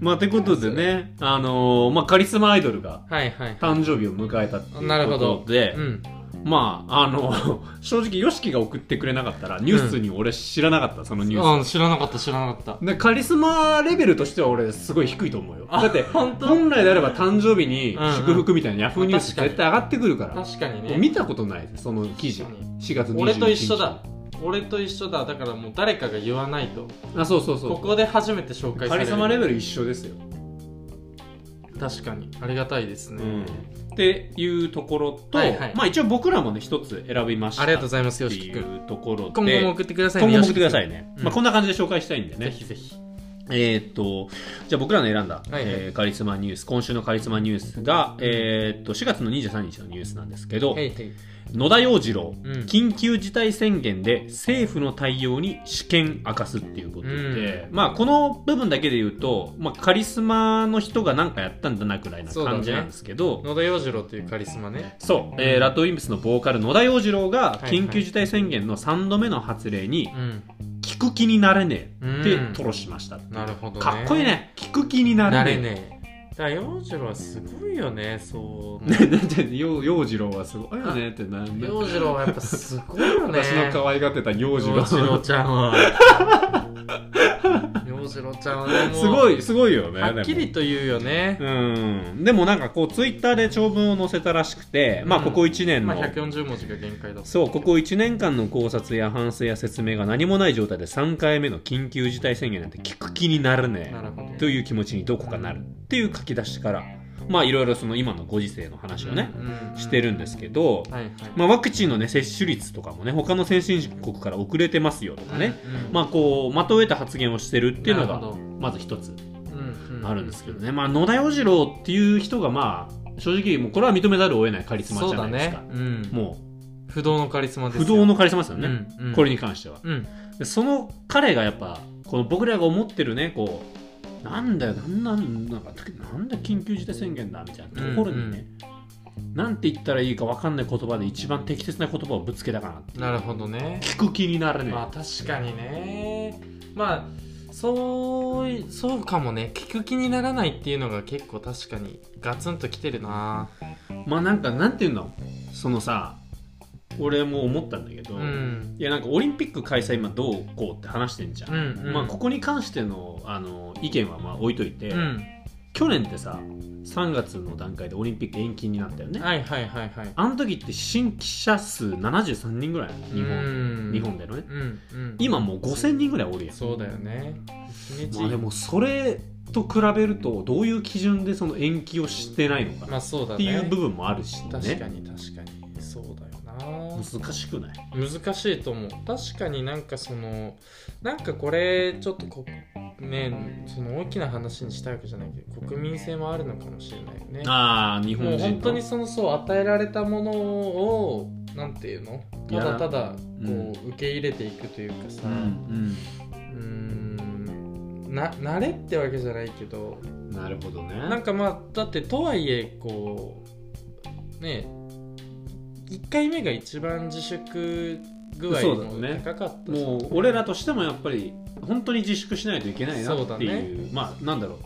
Speaker 2: まあてことでねあのーまあカリスマアイドルが
Speaker 1: はいはいはい
Speaker 2: 誕生日を迎えたっていう
Speaker 1: なるほ
Speaker 2: こ
Speaker 1: ど
Speaker 2: とで、
Speaker 1: うん
Speaker 2: まああの 正直 YOSHIKI が送ってくれなかったらニュースに俺知らなかった、そのニュー
Speaker 1: あ知らなかった知らなかった
Speaker 2: スでカリスマレベルとしては俺すごい低いと思うよ
Speaker 1: あ
Speaker 2: だって
Speaker 1: 本当
Speaker 2: 本来であれば誕生日に
Speaker 1: うんうん
Speaker 2: 祝福みたいなヤフーニュー
Speaker 1: 確
Speaker 2: ス
Speaker 1: かに
Speaker 2: 絶対上がってくるから
Speaker 1: 確かに
Speaker 2: もう
Speaker 1: ね
Speaker 2: 見たことないその記事
Speaker 1: 確か
Speaker 2: 4月21日
Speaker 1: 俺と一緒だ俺と一緒だだからもう誰かが言わないと
Speaker 2: あそうそうそう
Speaker 1: ここで初めて紹介さ
Speaker 2: カ
Speaker 1: れ
Speaker 2: リ
Speaker 1: る
Speaker 2: スマレベル一緒ですよ
Speaker 1: 確かにありがたいですね、
Speaker 2: っていうところと、
Speaker 1: はいはい
Speaker 2: まあ、一応僕らもね一つ選びました
Speaker 1: ありがとうございますよ
Speaker 2: って
Speaker 1: しきく
Speaker 2: い
Speaker 1: ん
Speaker 2: うところで
Speaker 1: 今後も送ってください
Speaker 2: 今後も送ってくださいね、
Speaker 1: うん
Speaker 2: まあ、こんな感じで紹介したいんで
Speaker 1: ぜ
Speaker 2: ね、
Speaker 1: ひぜひ
Speaker 2: えーっとじゃあ僕らの選んだ、
Speaker 1: はいはい
Speaker 2: えーカリスマニュース今週のカリスマニュースが、えーっと4月の23日のニュースなんですけど、
Speaker 1: はいはい
Speaker 2: 野田洋次郎、
Speaker 1: うん
Speaker 2: 緊急事態宣言で政府の対応に試験明かすっていうことで、まあこの部分だけで言うと、まあ、カリスマの人が何かやったんだなくらいな
Speaker 1: そうだね
Speaker 2: 感じなんですけど、
Speaker 1: 野田洋次郎というカリスマね
Speaker 2: そう、えーラッドウィンプスのボーカル野田洋次郎が
Speaker 1: はいはい
Speaker 2: 緊急事態宣言の3度目の発令に
Speaker 1: うん
Speaker 2: 「聞く気になれねえ」って
Speaker 1: うん
Speaker 2: 吐露しました、
Speaker 1: なるほどね
Speaker 2: かっこいいね聞く気にな
Speaker 1: なれ
Speaker 2: れね
Speaker 1: ねえだから洋次郎はすごいよねそう
Speaker 2: えなんて洋洋次郎はすごいよねってなんで
Speaker 1: 洋次郎はやっぱすごいよね
Speaker 2: 私の可愛がってた洋次郎
Speaker 1: 洋次郎ちゃんは洋次郎ちゃんはねもう
Speaker 2: すごいすごいよね
Speaker 1: はっき
Speaker 2: でも
Speaker 1: りと言うよね、
Speaker 2: うん、でもなんかこうツイッターで長文を載せたらしくて、まあ
Speaker 1: うん
Speaker 2: ここ1年
Speaker 1: ま
Speaker 2: の、
Speaker 1: あ140文字が限界だ
Speaker 2: そうここ1年間の考察や反省や説明が何もない状態で3回目の緊急事態宣言なんて聞く気になるね
Speaker 1: なるほど
Speaker 2: という気持ちにどこかなるっていう書き出しからまあいろいろその今のご時世の話をね、
Speaker 1: うんうん
Speaker 2: してるんですけど、
Speaker 1: はいはい
Speaker 2: まあ、ワクチンのね接種率とかもね他の先進国から遅れてますよとかね、
Speaker 1: うんうん
Speaker 2: まあこうまとえた発言をしてるっていうの
Speaker 1: なる
Speaker 2: が
Speaker 1: ほど
Speaker 2: まず一つ
Speaker 1: うんう
Speaker 2: あるんですけどね、まあ野田洋次郎っていう人がまあ正直もうこれは認めざるを得ないカリスマ
Speaker 1: そ
Speaker 2: じ
Speaker 1: う
Speaker 2: ゃ
Speaker 1: だ
Speaker 2: ないです
Speaker 1: ね
Speaker 2: か、
Speaker 1: うん
Speaker 2: も
Speaker 1: 不動のカリスマ
Speaker 2: う
Speaker 1: です
Speaker 2: 不
Speaker 1: よ
Speaker 2: 動のカリスマですよね、
Speaker 1: うんうん
Speaker 2: これに関しては
Speaker 1: うん
Speaker 2: でその彼がやっぱこの僕らが思ってるねこうなんだよなんなんなんかなんだ緊急事態宣言だみたいなところにね、なんて言ったらいいか分かんない言葉で一番適切な言葉をぶつけたかなって
Speaker 1: なるほどね
Speaker 2: 聞く気になるね、
Speaker 1: まあ確かにねまあそういそうかもね聞く気にならないっていうのが結構確かにガツンときてるな
Speaker 2: まあなんかなんて言うんだろうそのさ俺も思ったんだけど、
Speaker 1: うん
Speaker 2: いやなんかオリンピック開催今どうこうって話してんじゃん、
Speaker 1: うんうん
Speaker 2: まあ、ここに関してのあの意見はまあ置いといて、
Speaker 1: うん
Speaker 2: 去年ってさ3月の段階でオリンピック延期になったよね、
Speaker 1: はいはいはいはい
Speaker 2: あの時って新規者数73人ぐらいなの日本、
Speaker 1: 本
Speaker 2: 日本でのね
Speaker 1: うんうん
Speaker 2: 今もう5000人ぐらいおるやん、
Speaker 1: そうだよね一日
Speaker 2: まあ、でもそれと比べるとどういう基準でその延期をしてないの
Speaker 1: ま
Speaker 2: かなっ
Speaker 1: あそうだ
Speaker 2: て
Speaker 1: ね
Speaker 2: いう部分もあるし
Speaker 1: 確か
Speaker 2: ね
Speaker 1: に確かにそうだよな
Speaker 2: 難しくない
Speaker 1: 難しいと思う確かになんかそのなんかこれちょっとこねその大きな話にしたいわけじゃないけど国民性もあるのかもしれないよね
Speaker 2: ああ日
Speaker 1: も
Speaker 2: 本
Speaker 1: う
Speaker 2: 人の
Speaker 1: 本当にそのそう与えられたものをなんていうのただただこう受け入れていくというかさ
Speaker 2: う
Speaker 1: うんーんな慣れってわけじゃないけど
Speaker 2: うんなるほどね
Speaker 1: なんかまあだってとはいえこうね1回目が一番自粛具合
Speaker 2: そ
Speaker 1: も
Speaker 2: うだね
Speaker 1: 高かったし
Speaker 2: もう俺らとしてもやっぱり本当に自粛しないといけないな
Speaker 1: そう
Speaker 2: っ
Speaker 1: だ
Speaker 2: て
Speaker 1: ね
Speaker 2: いうまあなんだろう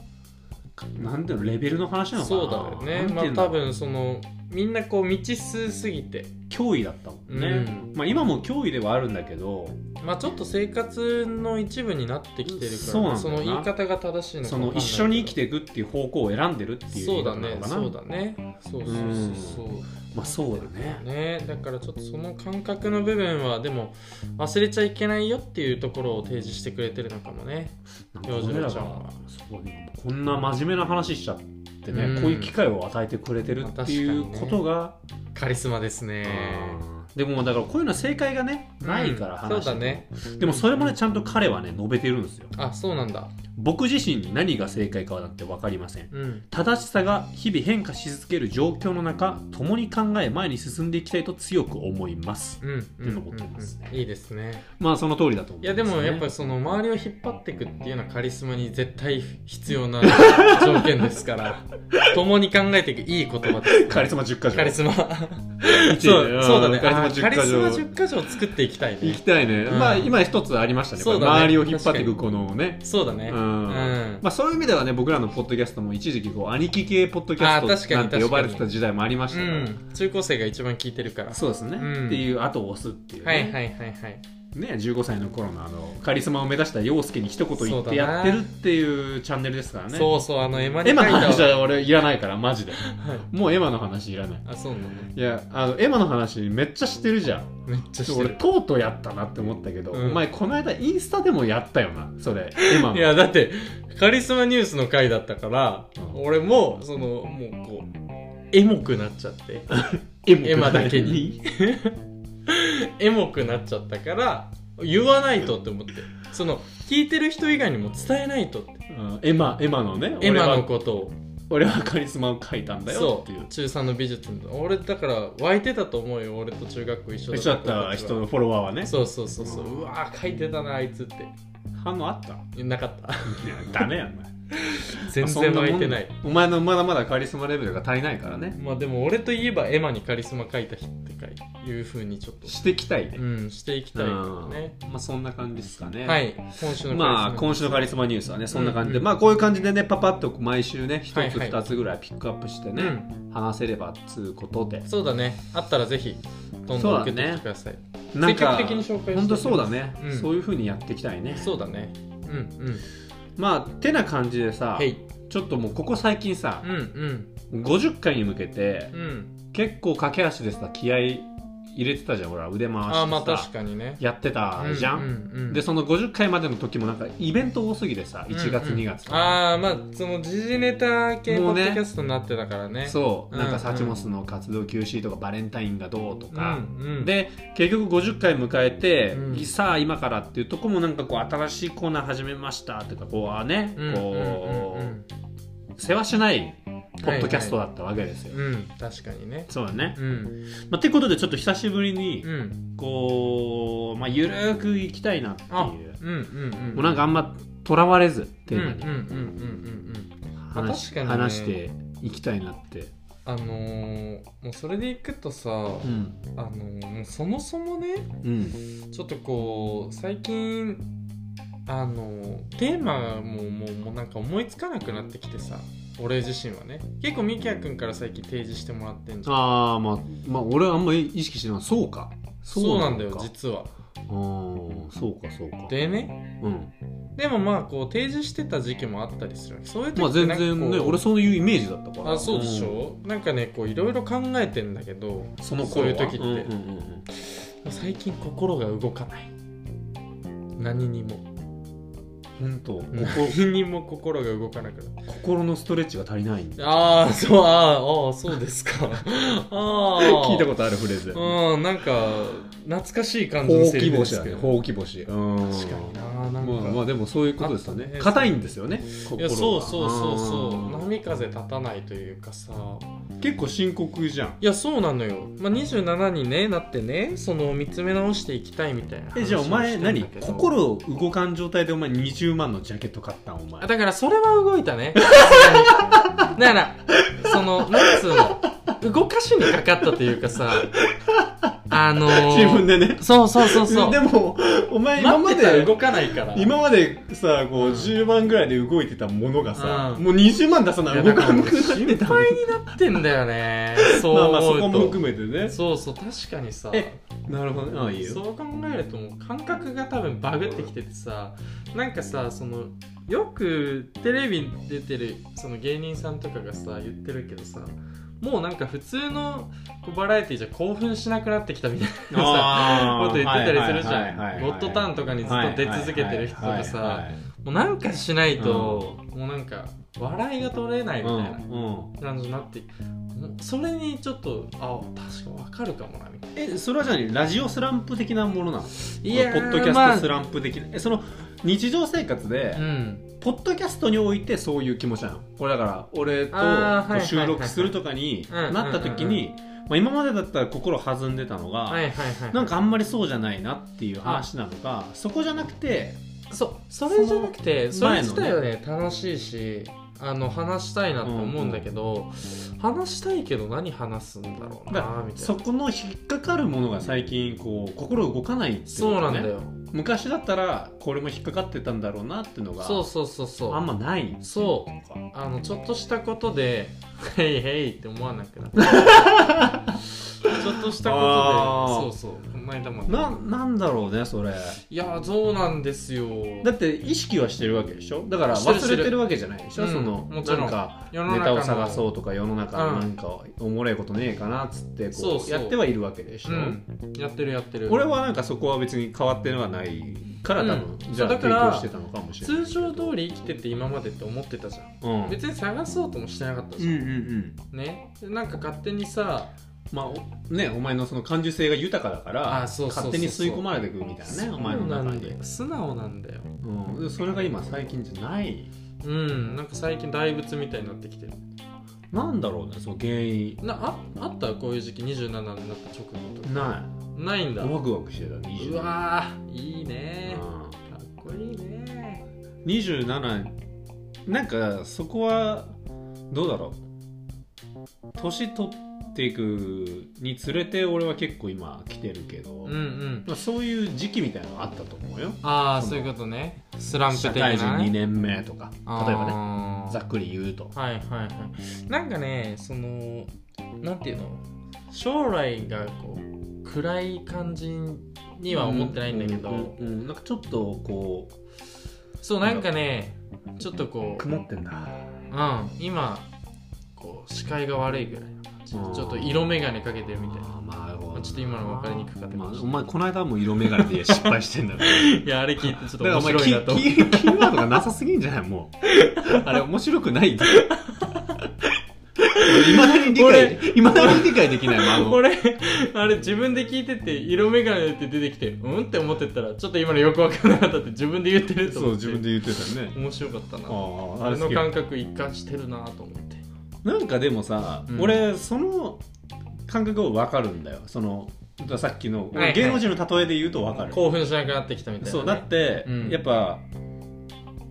Speaker 2: なんていうのレベルの話なのかな
Speaker 1: そうだよね
Speaker 2: なん
Speaker 1: まあ
Speaker 2: ていうんだ
Speaker 1: 多
Speaker 2: ろう
Speaker 1: 分そのみんなこう未知数すぎて
Speaker 2: 脅威だったもんね、
Speaker 1: うん
Speaker 2: まあ今も脅威ではあるんだけど
Speaker 1: まあちょっと生活の一部になってきてるから
Speaker 2: そうなんだよな
Speaker 1: その言い方が正しいのか
Speaker 2: そ
Speaker 1: わか
Speaker 2: の
Speaker 1: んないけど
Speaker 2: 一緒に生きていくっていう方向を選んでるっていう
Speaker 1: そうだ
Speaker 2: 言い
Speaker 1: ね
Speaker 2: 方な
Speaker 1: そ
Speaker 2: の
Speaker 1: う
Speaker 2: かな
Speaker 1: だねそうそうそうそう
Speaker 2: まあそうだね
Speaker 1: ね、だからちょっとその感覚の部分はでも忘れちゃいけないよっていうところを提示してくれてるのかもね
Speaker 2: なんか
Speaker 1: 洋
Speaker 2: 俺らが
Speaker 1: 次郎ちゃん
Speaker 2: そ
Speaker 1: は
Speaker 2: うねこんな真面目な話しちゃってね、
Speaker 1: うん
Speaker 2: こういう機会を与えてくれてるっていうことが、
Speaker 1: カリスマですね
Speaker 2: うんでもだからこういうのは正解がねないから
Speaker 1: うん
Speaker 2: 話し
Speaker 1: そ
Speaker 2: て
Speaker 1: うだね
Speaker 2: でもそれもねちゃんと彼はね述べてるんですよ
Speaker 1: あそうなんだ
Speaker 2: 僕自身に何が正解かはだって分かりません
Speaker 1: うん
Speaker 2: 正しさが日々変化し続ける状況の中共に考え前に進んでいきたいと強く思います
Speaker 1: うんうんうん
Speaker 2: 思ってますね
Speaker 1: うんいいですね
Speaker 2: まあその通りだと思うん
Speaker 1: いや
Speaker 2: す
Speaker 1: で
Speaker 2: よね
Speaker 1: もやっぱりその周りを引っ張っていくっていうのはカリスマに絶対必要 な条件ですから共に考えていくいい言葉です
Speaker 2: カリスマ10か条
Speaker 1: カリスマそう
Speaker 2: うん
Speaker 1: そうだね
Speaker 2: カリスマ
Speaker 1: あーカリスマ
Speaker 2: 10
Speaker 1: 10箇所を作っていきたい
Speaker 2: 行
Speaker 1: ね
Speaker 2: きたいね、
Speaker 1: うん
Speaker 2: まあ今一つありましたね
Speaker 1: そうだね
Speaker 2: これ周りを引っ張っていくこのね
Speaker 1: そうだね
Speaker 2: う
Speaker 1: うんん、
Speaker 2: まあ、そういう意味ではね僕らのポッドキャストも一時期こう兄貴系ポッドキャ
Speaker 1: あー確
Speaker 2: ス
Speaker 1: かに
Speaker 2: トなんて
Speaker 1: 確かに
Speaker 2: 呼ばれてた時代もありました
Speaker 1: う
Speaker 2: から、
Speaker 1: ん、中高生が一番聞いてるから
Speaker 2: そうですね、
Speaker 1: うん
Speaker 2: っていう後を押すっていう、ね
Speaker 1: はいはいはいはい
Speaker 2: ね、15歳の頃のあのカリスマを目指した陽介に一言言ってやってるっていうチャンネルですからね
Speaker 1: そうそうあのエマに
Speaker 2: エ
Speaker 1: 書い
Speaker 2: マ
Speaker 1: た
Speaker 2: の話は俺いらないからマジで
Speaker 1: はい
Speaker 2: もうエマの話いらない
Speaker 1: あそうなの
Speaker 2: いやあのエマの話めっちゃ知ってるじゃん
Speaker 1: めっちゃして
Speaker 2: 俺
Speaker 1: る
Speaker 2: とうとうやったなって思ったけど、
Speaker 1: うん
Speaker 2: お前この間インスタでもやったよなそれエマの
Speaker 1: いやだってカリスマニュースの回だったから、
Speaker 2: うん
Speaker 1: 俺もそのもうこうエモくなっちゃって
Speaker 2: エマ
Speaker 1: エマだけに エモくなっちゃったから言わないとって思ってその聞いてる人以外にも伝えないとって
Speaker 2: うんエマエマのね
Speaker 1: エマ
Speaker 2: 俺
Speaker 1: の
Speaker 2: は
Speaker 1: ことを
Speaker 2: 俺はカリスマを書いたんだよ
Speaker 1: そ
Speaker 2: っていう
Speaker 1: う中3の美術の俺だから湧いてたと思うよ俺と中学校一緒
Speaker 2: 一緒だった
Speaker 1: 子たちは
Speaker 2: 人のフォロワーはね
Speaker 1: そうそうそうそううわー書いてたなあいつって
Speaker 2: 反応あったい
Speaker 1: いやなかった
Speaker 2: やダメやんお前
Speaker 1: 全然湧いてない
Speaker 2: お前のまだまだカリスマレベルが足りないからね
Speaker 1: まあでも俺といえばエマにカリスマ書いた日ってかいうふうにちょっと
Speaker 2: してきたいね、
Speaker 1: うんしていきたいからね
Speaker 2: まあそんな感じですかね
Speaker 1: はい今週の
Speaker 2: まあ今週のカリ
Speaker 1: ス
Speaker 2: スマニュースはねそんな感じで、
Speaker 1: うんうん
Speaker 2: まあこういう感じでねパパッと毎週ね
Speaker 1: はい
Speaker 2: 1つ
Speaker 1: はい
Speaker 2: 2つぐらいピックアップしてね、話せればっつうことで
Speaker 1: うん、そうだねあったらぜひどん
Speaker 2: そう
Speaker 1: どん受け
Speaker 2: だね
Speaker 1: てってください
Speaker 2: なんか
Speaker 1: 積極的に紹介して
Speaker 2: 本当そうだね、
Speaker 1: うん
Speaker 2: そういうふうにやっていきたいね
Speaker 1: そうだねうん
Speaker 2: まあてな感じで
Speaker 1: うん
Speaker 2: さ
Speaker 1: へい
Speaker 2: ちょっともうここ最近さ
Speaker 1: うんうん
Speaker 2: 50回に向けて
Speaker 1: うん
Speaker 2: 結構駆け足でさ気合い入れてたじゃん俺は腕回してさ
Speaker 1: ああまあ確かにね
Speaker 2: やってたじゃん、
Speaker 1: うんうんうん
Speaker 2: でその50回までの時もなんかイベント多すぎでさ1
Speaker 1: う
Speaker 2: 月
Speaker 1: んうん
Speaker 2: 2月とか、
Speaker 1: ああまあその時事ネタ系ポ
Speaker 2: もう
Speaker 1: ッ
Speaker 2: ね
Speaker 1: ドキャストになってたからね
Speaker 2: そうなんかサチモ
Speaker 1: ス
Speaker 2: スの活動休止とかバレンタインがどうとか、
Speaker 1: うん
Speaker 2: で結局50回迎えて、
Speaker 1: うん
Speaker 2: さあ今からっていうとこもなんかこう新しいコーナー始めましたとかこうあね、
Speaker 1: うん
Speaker 2: こう,、
Speaker 1: うん
Speaker 2: 世話しないポッドキャストだったわけですよ、
Speaker 1: うんうんうん確かにね
Speaker 2: そうだね、
Speaker 1: うん
Speaker 2: まあ、ってことでちょっと久しぶりに
Speaker 1: うん
Speaker 2: こう、まあ、ゆるーくいきたいなって
Speaker 1: あ
Speaker 2: いう
Speaker 1: うんうんうん
Speaker 2: もうなんかあんまとらわれずテ
Speaker 1: うんうん
Speaker 2: ー
Speaker 1: うん
Speaker 2: マ
Speaker 1: うんうんうん
Speaker 2: に話
Speaker 1: 確
Speaker 2: し,、
Speaker 1: かにね
Speaker 2: 話していきたいなって、
Speaker 1: あのー、もうそれでいくとさ、
Speaker 2: うん
Speaker 1: あのー、もうそもそもね
Speaker 2: うん、
Speaker 1: ちょっとこう最近あのー、テーマももうもうなんか思いつかなくなってきてさ俺自身はね結構みきやくんから最近提示してもらってんじゃん
Speaker 2: ああまあまあ俺はあんまり意識してないそうか
Speaker 1: そうなんだ
Speaker 2: あ
Speaker 1: よ
Speaker 2: あ
Speaker 1: 実は
Speaker 2: ーそうかそうか
Speaker 1: でね
Speaker 2: うん、
Speaker 1: でもまあこう提示してた時期もあったりするわけそういう時
Speaker 2: まあ
Speaker 1: って
Speaker 2: 全
Speaker 1: なんかこう
Speaker 2: 然ね俺そういうイメージだったから
Speaker 1: あそうでしょ、なんかねこういろいろ考えてんだけど
Speaker 2: うんその
Speaker 1: そう
Speaker 2: 頃
Speaker 1: い
Speaker 2: は
Speaker 1: う時って、
Speaker 2: うんうんうんうん
Speaker 1: 最近心が動かない何 にも
Speaker 2: 本当ここ
Speaker 1: 何にも心が動かなくなる
Speaker 2: 心のストレッチが足りないんだ
Speaker 1: ああそうあーあーそうです かああ
Speaker 2: 聞いたことあるフレーズ
Speaker 1: うんなんか懐かしい感じ
Speaker 2: ほ
Speaker 1: の
Speaker 2: う
Speaker 1: セリ
Speaker 2: き
Speaker 1: フで
Speaker 2: 星
Speaker 1: す
Speaker 2: だ
Speaker 1: け
Speaker 2: ね
Speaker 1: ど、
Speaker 2: ほうき星うん
Speaker 1: 確かにななんか、
Speaker 2: まあまあでもそういうことです
Speaker 1: あ
Speaker 2: よ
Speaker 1: った
Speaker 2: ね
Speaker 1: ね
Speaker 2: 硬いんですよね心
Speaker 1: い
Speaker 2: が
Speaker 1: やそうそうそうそう
Speaker 2: うん
Speaker 1: 波風立たないというかさ
Speaker 2: 結構深刻じゃん
Speaker 1: いやそうなのよ、まあ、27に、ね、なってねその見つめ直していきたいみたいな話を
Speaker 2: えじゃあお前
Speaker 1: してんだけ
Speaker 2: 何
Speaker 1: ど
Speaker 2: 心動かん状態でお前20万のジャケット買ったんお前
Speaker 1: あだからそれは動いた ねだからそのなんつうの動かしにかかったというかさあのー、
Speaker 2: 自分でね
Speaker 1: そうそうそうそう
Speaker 2: でもお前今ま
Speaker 1: 待ってたら
Speaker 2: で
Speaker 1: 動かないから
Speaker 2: 今までさこう
Speaker 1: うん
Speaker 2: 10万ぐらいで動いてたものがさ、
Speaker 1: うん
Speaker 2: もう20万出さないい
Speaker 1: や
Speaker 2: 動
Speaker 1: だから
Speaker 2: か
Speaker 1: も
Speaker 2: な
Speaker 1: う
Speaker 2: くなってた
Speaker 1: 心配になってんだよねそう
Speaker 2: まあまあそ
Speaker 1: 思うと、
Speaker 2: こも含めてね
Speaker 1: そうそう確かにさ
Speaker 2: えなるほどああいいよ
Speaker 1: そう考えるともう感覚が多分バグってきててさなんかさそのよくテレビに出てるその芸人さんとかがさ言ってるけどさもうなんか普通のこうバラエティじゃ興奮しなくなってきたみたいなさ
Speaker 2: あー
Speaker 1: こと言ってたりするじゃん
Speaker 2: はいはいはいはい
Speaker 1: ゴッドタンとかにずっと出続けてる人とかさ
Speaker 2: はいはいはいはい
Speaker 1: もうなんかしないと、もうなんか笑いが取れないみたいな
Speaker 2: うんうん
Speaker 1: 感じになって、もうそれにちょっとあ確かに分かるかもなみたいな
Speaker 2: えそれはじゃあラジオスランプ的なものなの
Speaker 1: いやー
Speaker 2: ポッドキャストスランプ的な、えその日常生活で、
Speaker 1: うん
Speaker 2: ポッドキャストにおいてそういう気持ちなのこれだから俺と
Speaker 1: あーはいはいはいはい
Speaker 2: 収録するとかに
Speaker 1: うんうんうんうん
Speaker 2: なった時に、まあ、今までだったら心弾んでたのが、
Speaker 1: はいはいはい
Speaker 2: なんかあんまりそうじゃないなっていう話なのかそこじゃなくて
Speaker 1: そうそれじゃなくて
Speaker 2: そ
Speaker 1: そ
Speaker 2: の
Speaker 1: れ自体はね楽しいしあの話したいなと思うんだけど、話したいけど何話すんだろう
Speaker 2: だか
Speaker 1: なみた
Speaker 2: ら
Speaker 1: い
Speaker 2: そ
Speaker 1: な
Speaker 2: この引っかかるものが最近こう心動かないってい
Speaker 1: そう
Speaker 2: こ
Speaker 1: うな
Speaker 2: と
Speaker 1: ん
Speaker 2: ね
Speaker 1: だよ
Speaker 2: 昔だったらこれも引っかかってたんだろうなっていうのが
Speaker 1: そうそうそうそう
Speaker 2: あんまない
Speaker 1: そう
Speaker 2: とか
Speaker 1: あ のちょっとしたことで「ヘイヘイ」って思わなくなったちちょっとしたこ
Speaker 2: あー
Speaker 1: とでそうそうこの間まで
Speaker 2: ななんだろうねそれ
Speaker 1: いやーそうなんですよ
Speaker 2: だって意識はしてるわけでしょだから
Speaker 1: してる
Speaker 2: 忘れてるわけじゃないでしょ、
Speaker 1: うん
Speaker 2: その
Speaker 1: もちろん
Speaker 2: なんか
Speaker 1: 世
Speaker 2: ネタを探そううとか世の中
Speaker 1: うん
Speaker 2: なんかおもれえことねえかなっつって
Speaker 1: そう
Speaker 2: こ
Speaker 1: そう
Speaker 2: うやってはいるわけでしょ、
Speaker 1: うんやってるやってる
Speaker 2: 俺はなんかそこは別に変わってのはないから多分、
Speaker 1: うん
Speaker 2: じ
Speaker 1: そ
Speaker 2: ゃあ
Speaker 1: うだ
Speaker 2: 提
Speaker 1: から
Speaker 2: 供してたのかもしれない
Speaker 1: 通常通り生きてて今までって思ってたじゃん
Speaker 2: うんうん
Speaker 1: 別に探そうともしてなかった
Speaker 2: うんう
Speaker 1: じゃん、
Speaker 2: ん
Speaker 1: ねでなんか勝手にさ
Speaker 2: まあおねお前のその感受性が豊かだから
Speaker 1: あそうそうそうそう
Speaker 2: 勝手に吸い込まれてくるみたいなねお前の
Speaker 1: そうな
Speaker 2: 中
Speaker 1: んだ
Speaker 2: に
Speaker 1: よ素直なんだよ
Speaker 2: うん、でそれが今最近じゃない
Speaker 1: うんなんか最近大仏みたいになってきてる
Speaker 2: なんだろうねその原因
Speaker 1: なああったこういう時期27になった直後とか
Speaker 2: な
Speaker 1: ないん
Speaker 2: い
Speaker 1: だ
Speaker 2: ワ
Speaker 1: う
Speaker 2: クワクしてた20
Speaker 1: わーいいね
Speaker 2: うん
Speaker 1: かっこいいね
Speaker 2: 27なんかそこはどうだろう年取っていくにつれて俺は結構今来てるけど、
Speaker 1: うんうん
Speaker 2: まあ、そういう時期みたいなのあったと思うよ
Speaker 1: ああ
Speaker 2: そ
Speaker 1: そ
Speaker 2: の
Speaker 1: ういうことねスランプ
Speaker 2: 社
Speaker 1: 的
Speaker 2: 会人
Speaker 1: な
Speaker 2: 2
Speaker 1: ね
Speaker 2: 年目とか例えばね
Speaker 1: ば
Speaker 2: ざっくり言うと
Speaker 1: はいはいはいなんかねそのなんていうの将来がこう暗い感じには思ってないんだけど、
Speaker 2: うんうんうんなんかちょっとこう
Speaker 1: そうなんかねちょっとこう、うん、
Speaker 2: 曇ってんだ
Speaker 1: 今こう視界が悪いぐらいの感じち
Speaker 2: あ
Speaker 1: ょ
Speaker 2: ー
Speaker 1: っと色眼鏡かけてるみたいな
Speaker 2: あーまあ
Speaker 1: あちょっと今の分かりにくかったか
Speaker 2: まあ、
Speaker 1: もしれない
Speaker 2: お前この間も色眼鏡で失敗してんだから
Speaker 1: いやあれ聞 いてちょっ
Speaker 2: だからお前キーキーキーワードがなさすぎんじゃないもう あれ面白くないいまだに理解いまだに理解できないもんあの
Speaker 1: これあれ自分で聞いてて色眼鏡って出てきてうんって思ってたらちょっと今のよく分かんなかったって自分で言ってると
Speaker 2: そう
Speaker 1: 思って
Speaker 2: 自分で言ってたよね
Speaker 1: 面白かったな
Speaker 2: あああ
Speaker 1: あ
Speaker 2: れ好
Speaker 1: の
Speaker 2: き
Speaker 1: 感覚一貫してるなと思って
Speaker 2: なんかでもさ、
Speaker 1: うん
Speaker 2: 俺その感覚を分かるんだよそのだからさっきの、
Speaker 1: はいはい
Speaker 2: 芸能人の例えで言うと分かる
Speaker 1: 興奮しなくなってきたみたいなね、
Speaker 2: そうだって、
Speaker 1: うん
Speaker 2: やっぱ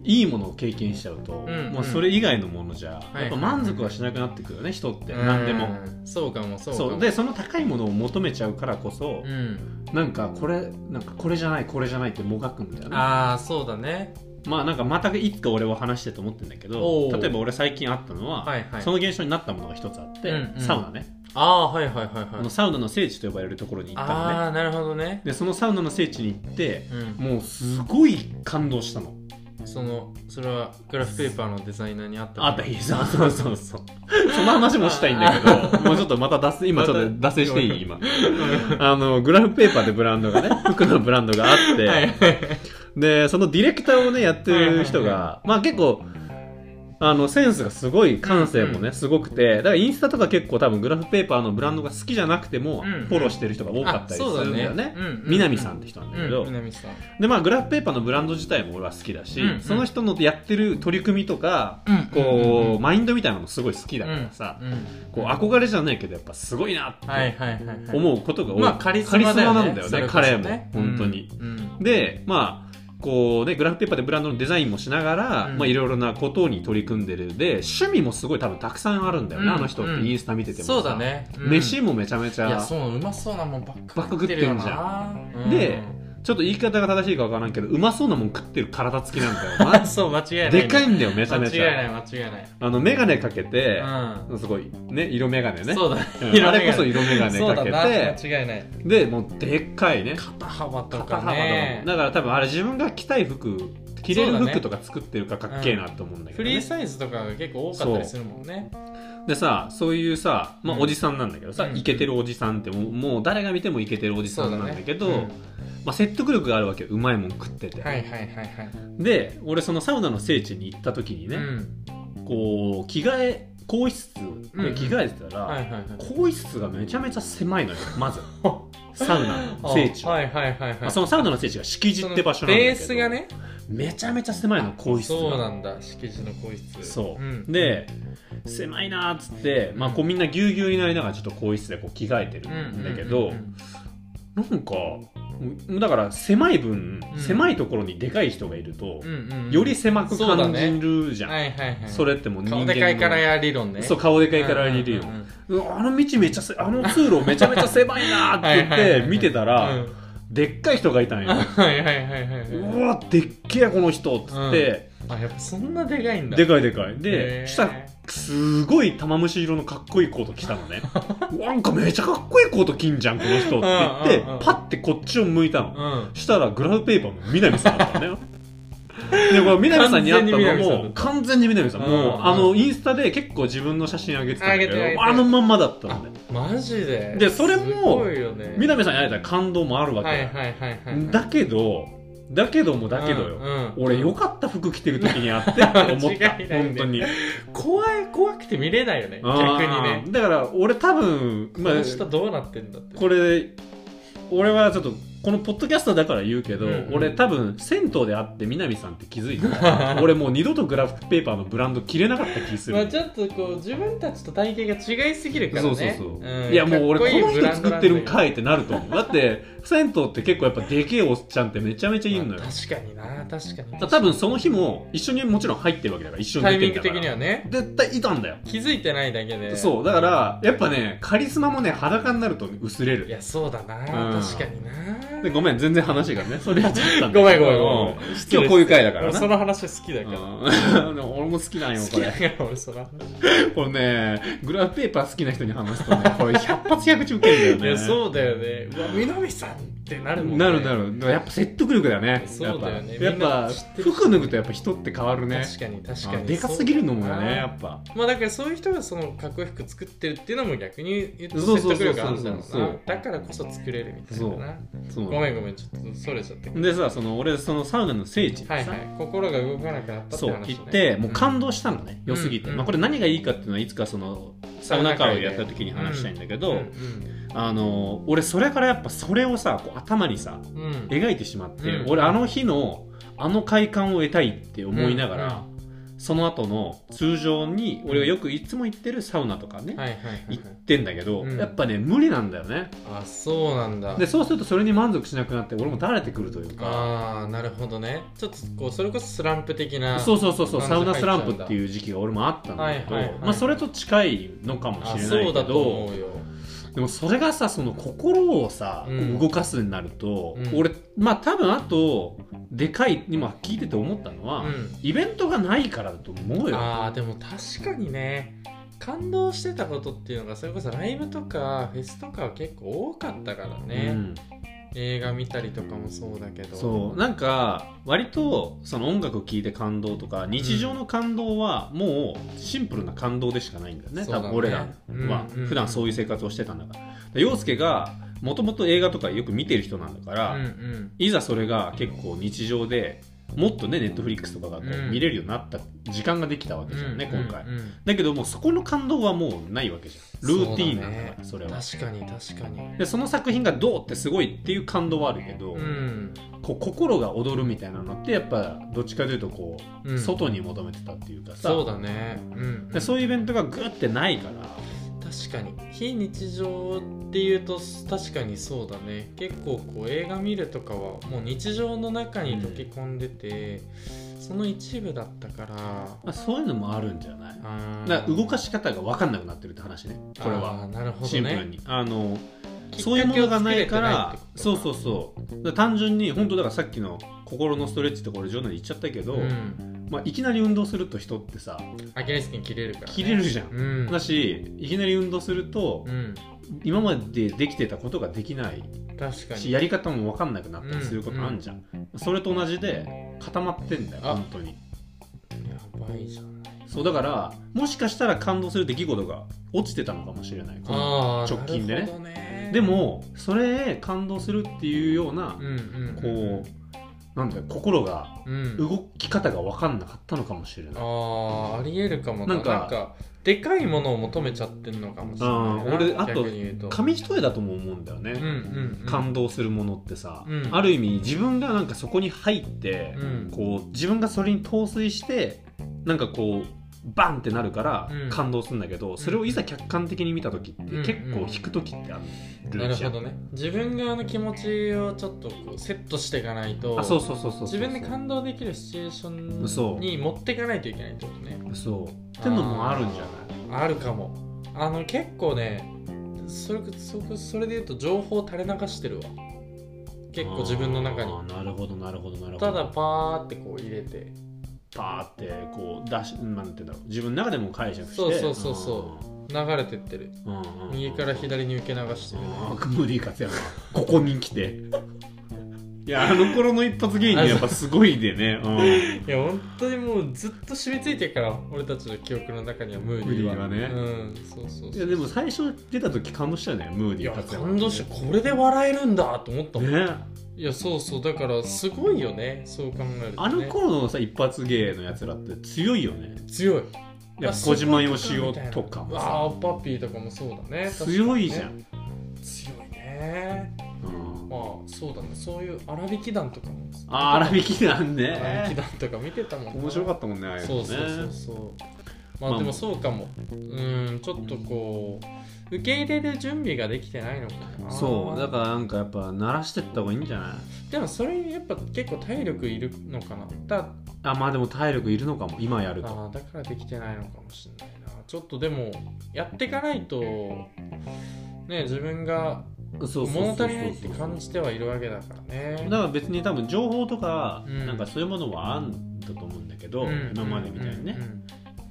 Speaker 2: いいものを経験しちゃうと、
Speaker 1: ん
Speaker 2: もうそれ以外のものじゃ、
Speaker 1: い
Speaker 2: やっぱ満足はしなくなってくるよね人って、
Speaker 1: うん
Speaker 2: 何でも。
Speaker 1: そうかもそうかも
Speaker 2: そうでその高いものを求めちゃうからこそ、
Speaker 1: うん、
Speaker 2: なんかこれなんかこれじゃないこれじゃないってもがくんだよね
Speaker 1: ああそうだね
Speaker 2: まあなんかまたいつか俺は話してと思ってるんだけ
Speaker 1: お
Speaker 2: ど
Speaker 1: ー
Speaker 2: 例えば俺最近あったのは、
Speaker 1: はいはい
Speaker 2: その現象になったものが一つあって、
Speaker 1: うんうん
Speaker 2: サウナね、
Speaker 1: ああーはいはいはい
Speaker 2: あ
Speaker 1: は
Speaker 2: の
Speaker 1: い
Speaker 2: サウナの聖地と呼ばれるところに行ったの
Speaker 1: あ
Speaker 2: ね
Speaker 1: あなるほどね
Speaker 2: でそのサウナの聖地に行って
Speaker 1: うん
Speaker 2: もうすごい感動したの
Speaker 1: そのそれはグラフペーパーのデザイナーにあった
Speaker 2: あった日 そうそうそうそうその話もしたいんだけど もうちょっとまた脱線今ちょっと脱線していい今 あのグラフペーパーってブランドがね服のブランドがあって、
Speaker 1: はい
Speaker 2: でそのディレクターをねやってる人が、
Speaker 1: はいはい
Speaker 2: まあ結構あのセンスがすごい感性も
Speaker 1: うんう
Speaker 2: ねすごくてだからインスタとか結構多分グラフペーパーのブランドが好きじゃなくても
Speaker 1: うんうん
Speaker 2: フォローしてる人が多かったりするんだ
Speaker 1: あ
Speaker 2: よね
Speaker 1: そうだねうんうんうん
Speaker 2: 南さんって人なんだけど、
Speaker 1: うん南さん
Speaker 2: でまあグラフペーパーのブランド自体も俺は好きだし、
Speaker 1: うんうん
Speaker 2: その人のやってる取り組みとか
Speaker 1: うん
Speaker 2: こう、
Speaker 1: うんうん
Speaker 2: マインドみたいなのもすごい好きだからさ、
Speaker 1: うん
Speaker 2: こう憧れじゃないけどやっぱすごいなって
Speaker 1: はいはいはいはい
Speaker 2: 思うことが多い、
Speaker 1: まあカリスマだよね
Speaker 2: なんだよ
Speaker 1: それ
Speaker 2: ね
Speaker 1: こそ
Speaker 2: 彼も本当に、
Speaker 1: うんうん
Speaker 2: でまあこうねグラフペーパーでブランドのデザインもしながら、
Speaker 1: うん
Speaker 2: まあいろいろなことに取り組んでるで趣味もすごい多分たくさんあるんだよね、
Speaker 1: うん
Speaker 2: あの人ってインスタ見ててもさ
Speaker 1: そうだねうん
Speaker 2: 飯もめちゃめち
Speaker 1: いや
Speaker 2: ゃ
Speaker 1: そううまそうなもんばっか
Speaker 2: ばっか食ってんじゃん
Speaker 1: ん
Speaker 2: でちょっと言い方が正しいかわからんけどうまそうなもん食ってる体つきなんだよ
Speaker 1: あ
Speaker 2: な
Speaker 1: そう間違いない
Speaker 2: でかい
Speaker 1: め
Speaker 2: んだよめちゃめち
Speaker 1: 間違
Speaker 2: ゃ
Speaker 1: いない間違いない
Speaker 2: あの眼鏡かけて、
Speaker 1: う
Speaker 2: すごいね色眼鏡ね
Speaker 1: んそうだ
Speaker 2: うん
Speaker 1: ね
Speaker 2: あれこそ色眼鏡
Speaker 1: そう
Speaker 2: か
Speaker 1: だ
Speaker 2: け
Speaker 1: な
Speaker 2: て
Speaker 1: 間違いない
Speaker 2: でもうでっかいね
Speaker 1: 肩幅と
Speaker 2: 肩
Speaker 1: か
Speaker 2: 幅だも
Speaker 1: ね
Speaker 2: んだから多分あれ自分が着たい服着れる
Speaker 1: そうだね
Speaker 2: 服とか作ってるからかっけえなって思うんだ
Speaker 1: フ
Speaker 2: けど、ね
Speaker 1: リーサイズとかが結構多かったりするもんね
Speaker 2: でさそういうさ、まあ、
Speaker 1: うん
Speaker 2: おじさんなんだけどさ
Speaker 1: うん
Speaker 2: イケてるおじさんってもうもう誰が見てもイケてるおじさ
Speaker 1: そうん
Speaker 2: な
Speaker 1: だ
Speaker 2: ん
Speaker 1: ね
Speaker 2: だけど、
Speaker 1: うん
Speaker 2: まあ、説得力があるわけようまいもん食ってて、
Speaker 1: はいはいはいはい
Speaker 2: で俺そのサウナの聖地に行った時に
Speaker 1: う
Speaker 2: ね、
Speaker 1: ん
Speaker 2: こう着替え更衣室で着替えてたら、
Speaker 1: はいはいはい
Speaker 2: 更衣室がめちゃめちゃ狭いのよま ずサウナの聖地
Speaker 1: あ
Speaker 2: は、
Speaker 1: はいはいはいは
Speaker 2: まあ
Speaker 1: い
Speaker 2: そのサウナの聖地が敷地
Speaker 1: そ
Speaker 2: っ
Speaker 1: の
Speaker 2: て場所なんだけど
Speaker 1: ベースがね
Speaker 2: めちゃめちゃ狭いの更衣室が
Speaker 1: そうなんだ敷地の更衣室
Speaker 2: そう、
Speaker 1: ん
Speaker 2: で狭いなーっつって、まあ、こうみんなぎゅうぎゅうになりながらちょっと更衣室でこう着替えてるんだけど、
Speaker 1: うんうんうん
Speaker 2: なんかうんだから狭い分、
Speaker 1: うん
Speaker 2: 狭いところにでかい人がいると
Speaker 1: う、んうんうん
Speaker 2: より狭く
Speaker 1: そうだ
Speaker 2: 感
Speaker 1: ね
Speaker 2: じるじゃんそ,、
Speaker 1: はいはいはい
Speaker 2: れってもう人間
Speaker 1: 顔
Speaker 2: の
Speaker 1: でかいからや理論ね
Speaker 2: そう顔でかいから理
Speaker 1: うんうん
Speaker 2: 論、
Speaker 1: うん
Speaker 2: うわあの道めっちゃせあの通路めちゃめちゃ狭いなーって
Speaker 1: はいはいは
Speaker 2: 言
Speaker 1: いは
Speaker 2: って
Speaker 1: い
Speaker 2: 見てたら、
Speaker 1: うん
Speaker 2: でっかい人がいたんよ
Speaker 1: はいはいはいはいうはい
Speaker 2: わでっけえこの人っつって、
Speaker 1: あやっぱそんなでかいんだ
Speaker 2: で
Speaker 1: い
Speaker 2: かいでかいで
Speaker 1: 下
Speaker 2: 下すごい玉虫色のかっこいいコート着た のねなんかめちゃかっこいいコート着んじゃんこの人って言って
Speaker 1: うんうんうん
Speaker 2: パッてこっちを向いたの
Speaker 1: うん
Speaker 2: したらグラフペーパーの南さんだったのねでこれ南さんに会ったのも完全に南さん
Speaker 1: うん
Speaker 2: もうあのインスタで結構自分の写真上げてたんだけ
Speaker 1: 上げて上げて
Speaker 2: どあのまんまだったのね
Speaker 1: マジで
Speaker 2: でそれも
Speaker 1: すごいよね
Speaker 2: 南さんに会えたら感動もあるわけ
Speaker 1: は
Speaker 2: だ
Speaker 1: い
Speaker 2: よ
Speaker 1: はいはいはい
Speaker 2: だけどだけどもだけどよ、
Speaker 1: よ
Speaker 2: 俺良
Speaker 1: く
Speaker 2: かった服着てる時にやってって思った
Speaker 1: 間違いないね
Speaker 2: 本当に
Speaker 1: 怖い怖くて見れないよね逆にね
Speaker 2: あーだから俺多分、まあ
Speaker 1: この、下どうなってんだって
Speaker 2: これ俺はちょっとこのポッドキャストだから言うけど、
Speaker 1: うんうん
Speaker 2: 俺多分銭湯で会って南さんって気づいた から俺もう二度とグラフペーパーのブランド着れなかった気する
Speaker 1: まあちょっとこう自分たちと体型が違いすぎるから
Speaker 2: そ
Speaker 1: ね
Speaker 2: うそうそう、
Speaker 1: ん
Speaker 2: いやもう俺
Speaker 1: かっいい
Speaker 2: この
Speaker 1: ブラ
Speaker 2: 人
Speaker 1: ンド
Speaker 2: 作
Speaker 1: な
Speaker 2: っ
Speaker 1: ん
Speaker 2: て
Speaker 1: だよ
Speaker 2: るんかいってなると思うだって銭湯って結構やっぱでけえおっちゃんってめちゃめちゃいるのよ
Speaker 1: まあ確かにな確かに
Speaker 2: 多分その日も一緒にもちろん入ってるわけだから一緒に
Speaker 1: タイ
Speaker 2: 出て
Speaker 1: ミ
Speaker 2: ん
Speaker 1: ング
Speaker 2: だか
Speaker 1: 的
Speaker 2: ら
Speaker 1: にはね
Speaker 2: 絶対いたんだよ
Speaker 1: 気づいてないだけで
Speaker 2: そうだからやっぱねカリスマもね裸になるとね薄れ
Speaker 1: い
Speaker 2: る
Speaker 1: やそうだな、
Speaker 2: うん
Speaker 1: 確かにな
Speaker 2: でごめん全然話 がねそれはちょっと
Speaker 1: ごめんごめんごめん
Speaker 2: 今日こういう回だから
Speaker 1: 俺
Speaker 2: な
Speaker 1: その話好きだから、
Speaker 2: うんでも俺も好きなんよ
Speaker 1: 好
Speaker 2: こ
Speaker 1: きだ
Speaker 2: れ
Speaker 1: から俺その話、
Speaker 2: これねグラフペーパー好きな人に話すとねこれ百発百中受けるん
Speaker 1: い
Speaker 2: だよ
Speaker 1: や
Speaker 2: ね
Speaker 1: そうだよねうわ南さんってなるもんね
Speaker 2: なるなるだからやっぱ説得力だよね
Speaker 1: そうだよね
Speaker 2: やっぱやっぱ
Speaker 1: みんな知ってる
Speaker 2: 服脱ぐとやっぱ人って変わるね
Speaker 1: 確かに確か
Speaker 2: うん
Speaker 1: に
Speaker 2: でかすぎるのもよねや
Speaker 1: そう
Speaker 2: っぱ
Speaker 1: だなまあだからそういう人がそのかっこよく作ってるっていうのも逆に言うと
Speaker 2: そう
Speaker 1: 説
Speaker 2: そうそう
Speaker 1: 得力があるんだろ
Speaker 2: そう
Speaker 1: う
Speaker 2: そう
Speaker 1: な
Speaker 2: そう
Speaker 1: だからこそ作れるみたいなな
Speaker 2: そう
Speaker 1: ごめんごめんちょっとそれちゃって
Speaker 2: でさその俺そのサウナの聖地でさ、
Speaker 1: はいはい心が動かなくなったって
Speaker 2: そ
Speaker 1: 話、
Speaker 2: う
Speaker 1: ね、
Speaker 2: 行ってもう感
Speaker 1: 動、
Speaker 2: 動したのね、良すぎて、
Speaker 1: うんうん
Speaker 2: まあ、これ何がいいかっていうのはいつかそのサウナ会をやった時に話したいんだけど、
Speaker 1: うん
Speaker 2: あの俺それからやっぱそれをさこう頭にさ
Speaker 1: うんうん
Speaker 2: 描いてしまって、
Speaker 1: うん
Speaker 2: 俺あの日のあの快感を得たいって思いながら、その後の通常に俺がよくいつも行ってるサウナとかね、
Speaker 1: はいはいはいはい
Speaker 2: 行ってんだけど、
Speaker 1: うん
Speaker 2: やっぱね無理なんだよね
Speaker 1: あそうなんだ
Speaker 2: でそうするとそれに満足しなくなって俺もだれてくるというか
Speaker 1: ああなるほどねちょっとこうそれこそスランプ的な
Speaker 2: そうそうそうそうサ
Speaker 1: な
Speaker 2: ウ
Speaker 1: ん
Speaker 2: ナ
Speaker 1: か
Speaker 2: スランプっていう時期が俺もあったんだけど、
Speaker 1: はいはいはい
Speaker 2: まあ、それと近いのかも
Speaker 1: あ
Speaker 2: しれない
Speaker 1: そ
Speaker 2: け
Speaker 1: うだと
Speaker 2: ど
Speaker 1: 思うよ
Speaker 2: でもそれがさその心をさ、
Speaker 1: うん
Speaker 2: 動かすになると、
Speaker 1: うん
Speaker 2: 俺まあ多分あとでかい今聞いてて思ったのは、
Speaker 1: うん
Speaker 2: イベントがないからだと思うよ
Speaker 1: あーでも確かにね感動してたことっていうのがそれこそライブとかフェスとかは結構多かったから
Speaker 2: う
Speaker 1: ね、
Speaker 2: ん
Speaker 1: 映画見たりとかもそうだけど
Speaker 2: そうなんか割とその音楽を聴いて感動とか日常の感動はもうシンプルな感動でしかないんだよね
Speaker 1: そう
Speaker 2: 多
Speaker 1: だね
Speaker 2: 分俺らは、
Speaker 1: うんうん
Speaker 2: 普段そういう生活をしてたんだからで陽介がもともと映画とかよく見てる人なんだか
Speaker 1: う
Speaker 2: ら、
Speaker 1: んうん
Speaker 2: いざそれが結構日常でもっとねネットフリックスとかがこ
Speaker 1: う
Speaker 2: うん見れるようになった時間ができたわけじゃんね、
Speaker 1: うんうん
Speaker 2: 今回
Speaker 1: うん
Speaker 2: だけどもうそこの感動はもうないわけじゃんルーティーンなんだからそ
Speaker 1: そう
Speaker 2: れ
Speaker 1: だね
Speaker 2: は
Speaker 1: 確かに確かに
Speaker 2: でその作品がどうってすごいっていう感動はあるけど、
Speaker 1: うん、
Speaker 2: こう心が踊るみたいなのってやっぱどっちかというとこう、
Speaker 1: うん
Speaker 2: 外に求めてたっていうかさ
Speaker 1: そうだね、うんうん
Speaker 2: でそういうイベントがグッてないから
Speaker 1: 確かに非日常っていうと確かにそうだね結構こう映画見るとかはもう日常の中に溶け込んでて、その一部だったから
Speaker 2: まあ、そういうのもあるんじゃない
Speaker 1: あー
Speaker 2: だから動かし方が分かんなくなってるって話ねこれ
Speaker 1: あ
Speaker 2: は
Speaker 1: ーなるほど、ね、
Speaker 2: シンプルに、あの
Speaker 1: きっかけを
Speaker 2: そういうものがないから
Speaker 1: 作れてないってことか
Speaker 2: そうそうそうだから単純に本当だからさっきの心のストレッチってこれ冗談で言っちゃったけど、
Speaker 1: うん、
Speaker 2: まあ、いきなり運動すると人ってさ
Speaker 1: アキレス腱切れるから、ね、
Speaker 2: 切れるじゃん、
Speaker 1: うん
Speaker 2: だしいきなり運動すると、
Speaker 1: うん、
Speaker 2: 今までできてたことができない
Speaker 1: 確か
Speaker 2: し
Speaker 1: に
Speaker 2: やり方も分かんなくなったりすることあんじゃん、それと同じで固まってんだよ
Speaker 1: あ
Speaker 2: 本当に
Speaker 1: やばいじゃん
Speaker 2: そうだからもしかしたら感動する出来事が落ちてたのかもしれないこの
Speaker 1: あー
Speaker 2: 直近でね
Speaker 1: なるほどね
Speaker 2: で、もそれへ感動するっていうような
Speaker 1: うんうん、
Speaker 2: こうなんだよ心が
Speaker 1: う、うん、
Speaker 2: 動き方が分かんなかったのかもしれない
Speaker 1: あーありえるかもな
Speaker 2: な
Speaker 1: なんん
Speaker 2: か
Speaker 1: かでかいものを求めちゃってんのかもしれないな
Speaker 2: うん俺あと
Speaker 1: 逆に言うと
Speaker 2: 紙一重だとも思うんだよね、
Speaker 1: うんうんうん
Speaker 2: 感動するものってさ、
Speaker 1: うん
Speaker 2: ある意味自分がなんかそこに入って、
Speaker 1: うん
Speaker 2: こう自分がそれに陶酔してなんかこうバンってなるから
Speaker 1: うん
Speaker 2: 感動するんだけど、それをいざ客観的に見た時って
Speaker 1: うん
Speaker 2: 結構引く時ってあ
Speaker 1: な
Speaker 2: る
Speaker 1: る
Speaker 2: じゃ
Speaker 1: ほ
Speaker 2: ん、
Speaker 1: どね自分側の気持ちをちょっとこうセットしていかないと
Speaker 2: あそうそうそうそう
Speaker 1: 自分で感動できるシチュエーシ
Speaker 2: そ
Speaker 1: ョ
Speaker 2: う
Speaker 1: ンに持っていかないといけないってことね
Speaker 2: そうってのもあるんじゃない
Speaker 1: あるかもあの結構ねそれそこそれで言うと情報を垂れ流してるわ結構自分の中に
Speaker 2: あーなるほどなるほどなるほど
Speaker 1: ただパーってこう入れて
Speaker 2: パーってこう出しなんて言うんだろう自分の中でも解釈して
Speaker 1: そうそうそうそ流れてってる
Speaker 2: うんうんうん
Speaker 1: 右から左に受け流してるね
Speaker 2: あー無理かつやなここに来ていやあの頃の一発芸人やっぱすごいでね、うん
Speaker 1: いや本当にもうずっと染みついてるから俺たちの記憶の中にはムーディーは
Speaker 2: ムーディー
Speaker 1: うんそうそう
Speaker 2: い
Speaker 1: そ
Speaker 2: や
Speaker 1: う
Speaker 2: でも最初出た時感動したよねムー
Speaker 1: い
Speaker 2: ディ
Speaker 1: や
Speaker 2: ー達也
Speaker 1: 感動してこれで笑えるんだと思ったもん、
Speaker 2: ね
Speaker 1: いやそうそうだからすごいよねそう考えると、ね、
Speaker 2: あの頃のさ一発芸のやつらって強いよね
Speaker 1: 強い
Speaker 2: いや
Speaker 1: あ
Speaker 2: 小島よしおとかも
Speaker 1: あ
Speaker 2: さ
Speaker 1: あパッピーとかもそうだね
Speaker 2: 強いじゃん、
Speaker 1: 確かにね強いね
Speaker 2: うん
Speaker 1: まあそうだねそういう荒引き団とかも
Speaker 2: あー荒引きなん
Speaker 1: 荒引き
Speaker 2: ね
Speaker 1: 団とか見てたもんな
Speaker 2: 面白かったもんねああいうの
Speaker 1: そう
Speaker 2: ね
Speaker 1: そうそうそうま
Speaker 2: ま
Speaker 1: あ
Speaker 2: あ
Speaker 1: でもそうかもうんちょっとこう受け入れる準備ができてないのかな
Speaker 2: そうだからなんかやっぱ鳴らしてった方がいいんじゃない
Speaker 1: でもそれやっぱ結構体力いるのかなだ
Speaker 2: あまあでも体力いるのかも今やると
Speaker 1: あーだからできてないのかもしれないなちょっとでもやっていかないとね自分が
Speaker 2: そうそうそう
Speaker 1: 物足りないって感じてはいるわけだからね
Speaker 2: だから別に多分情報とか、
Speaker 1: うん
Speaker 2: なんかそういうものはあんだと思うんだけど、
Speaker 1: うん
Speaker 2: 今までみたいにね、
Speaker 1: うんうん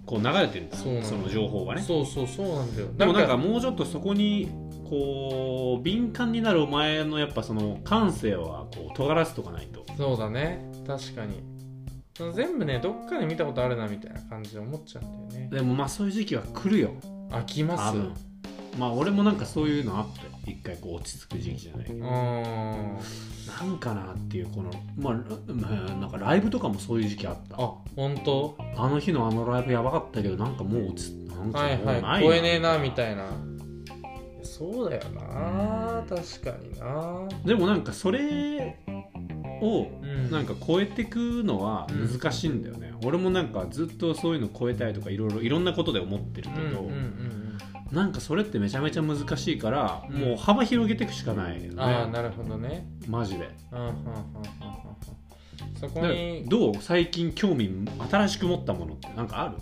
Speaker 2: こう流れてるんだ
Speaker 1: そうなの
Speaker 2: その情報がね
Speaker 1: そうそうそうなんだよ
Speaker 2: でもなんかもうちょっとそこにこう敏感になるお前のやっぱその感性はこう尖らせとかないと
Speaker 1: そうだね確かにその全部ねどっかで見たことあるなみたいな感じで思っちゃうんだよね
Speaker 2: でもまあそういう時期は来るよ
Speaker 1: 飽きま
Speaker 2: 多
Speaker 1: す
Speaker 2: 分まあ俺もなんかそういうのあって一回こう落ち着く時期じゃないけど
Speaker 1: うーん
Speaker 2: なんかなっていうこのまあらまあなんかライブとかもそういう時期あった
Speaker 1: あ本当
Speaker 2: あの日のあのライブやばかったけどなんかもう落ちなんかも
Speaker 1: は
Speaker 2: うないいな
Speaker 1: はい超えねえなみたいないやそうだよな確かにな
Speaker 2: でもなんかそれを
Speaker 1: うん
Speaker 2: なんか超えてくのは難しいんだよね、俺もなんかずっとそういうの超えたいとかいろいろいろんなことで思ってる
Speaker 1: うん
Speaker 2: け
Speaker 1: うんう
Speaker 2: ど、
Speaker 1: ん
Speaker 2: なんかそれってめちゃめちゃ難しいから、
Speaker 1: うん
Speaker 2: もう幅広げていくしかないよ
Speaker 1: うんああ
Speaker 2: ね
Speaker 1: なるほどね
Speaker 2: マジで
Speaker 1: うんうんうんうんうんうんそこ
Speaker 2: だから
Speaker 1: に
Speaker 2: どう最近興味新しく持ったものってなんかある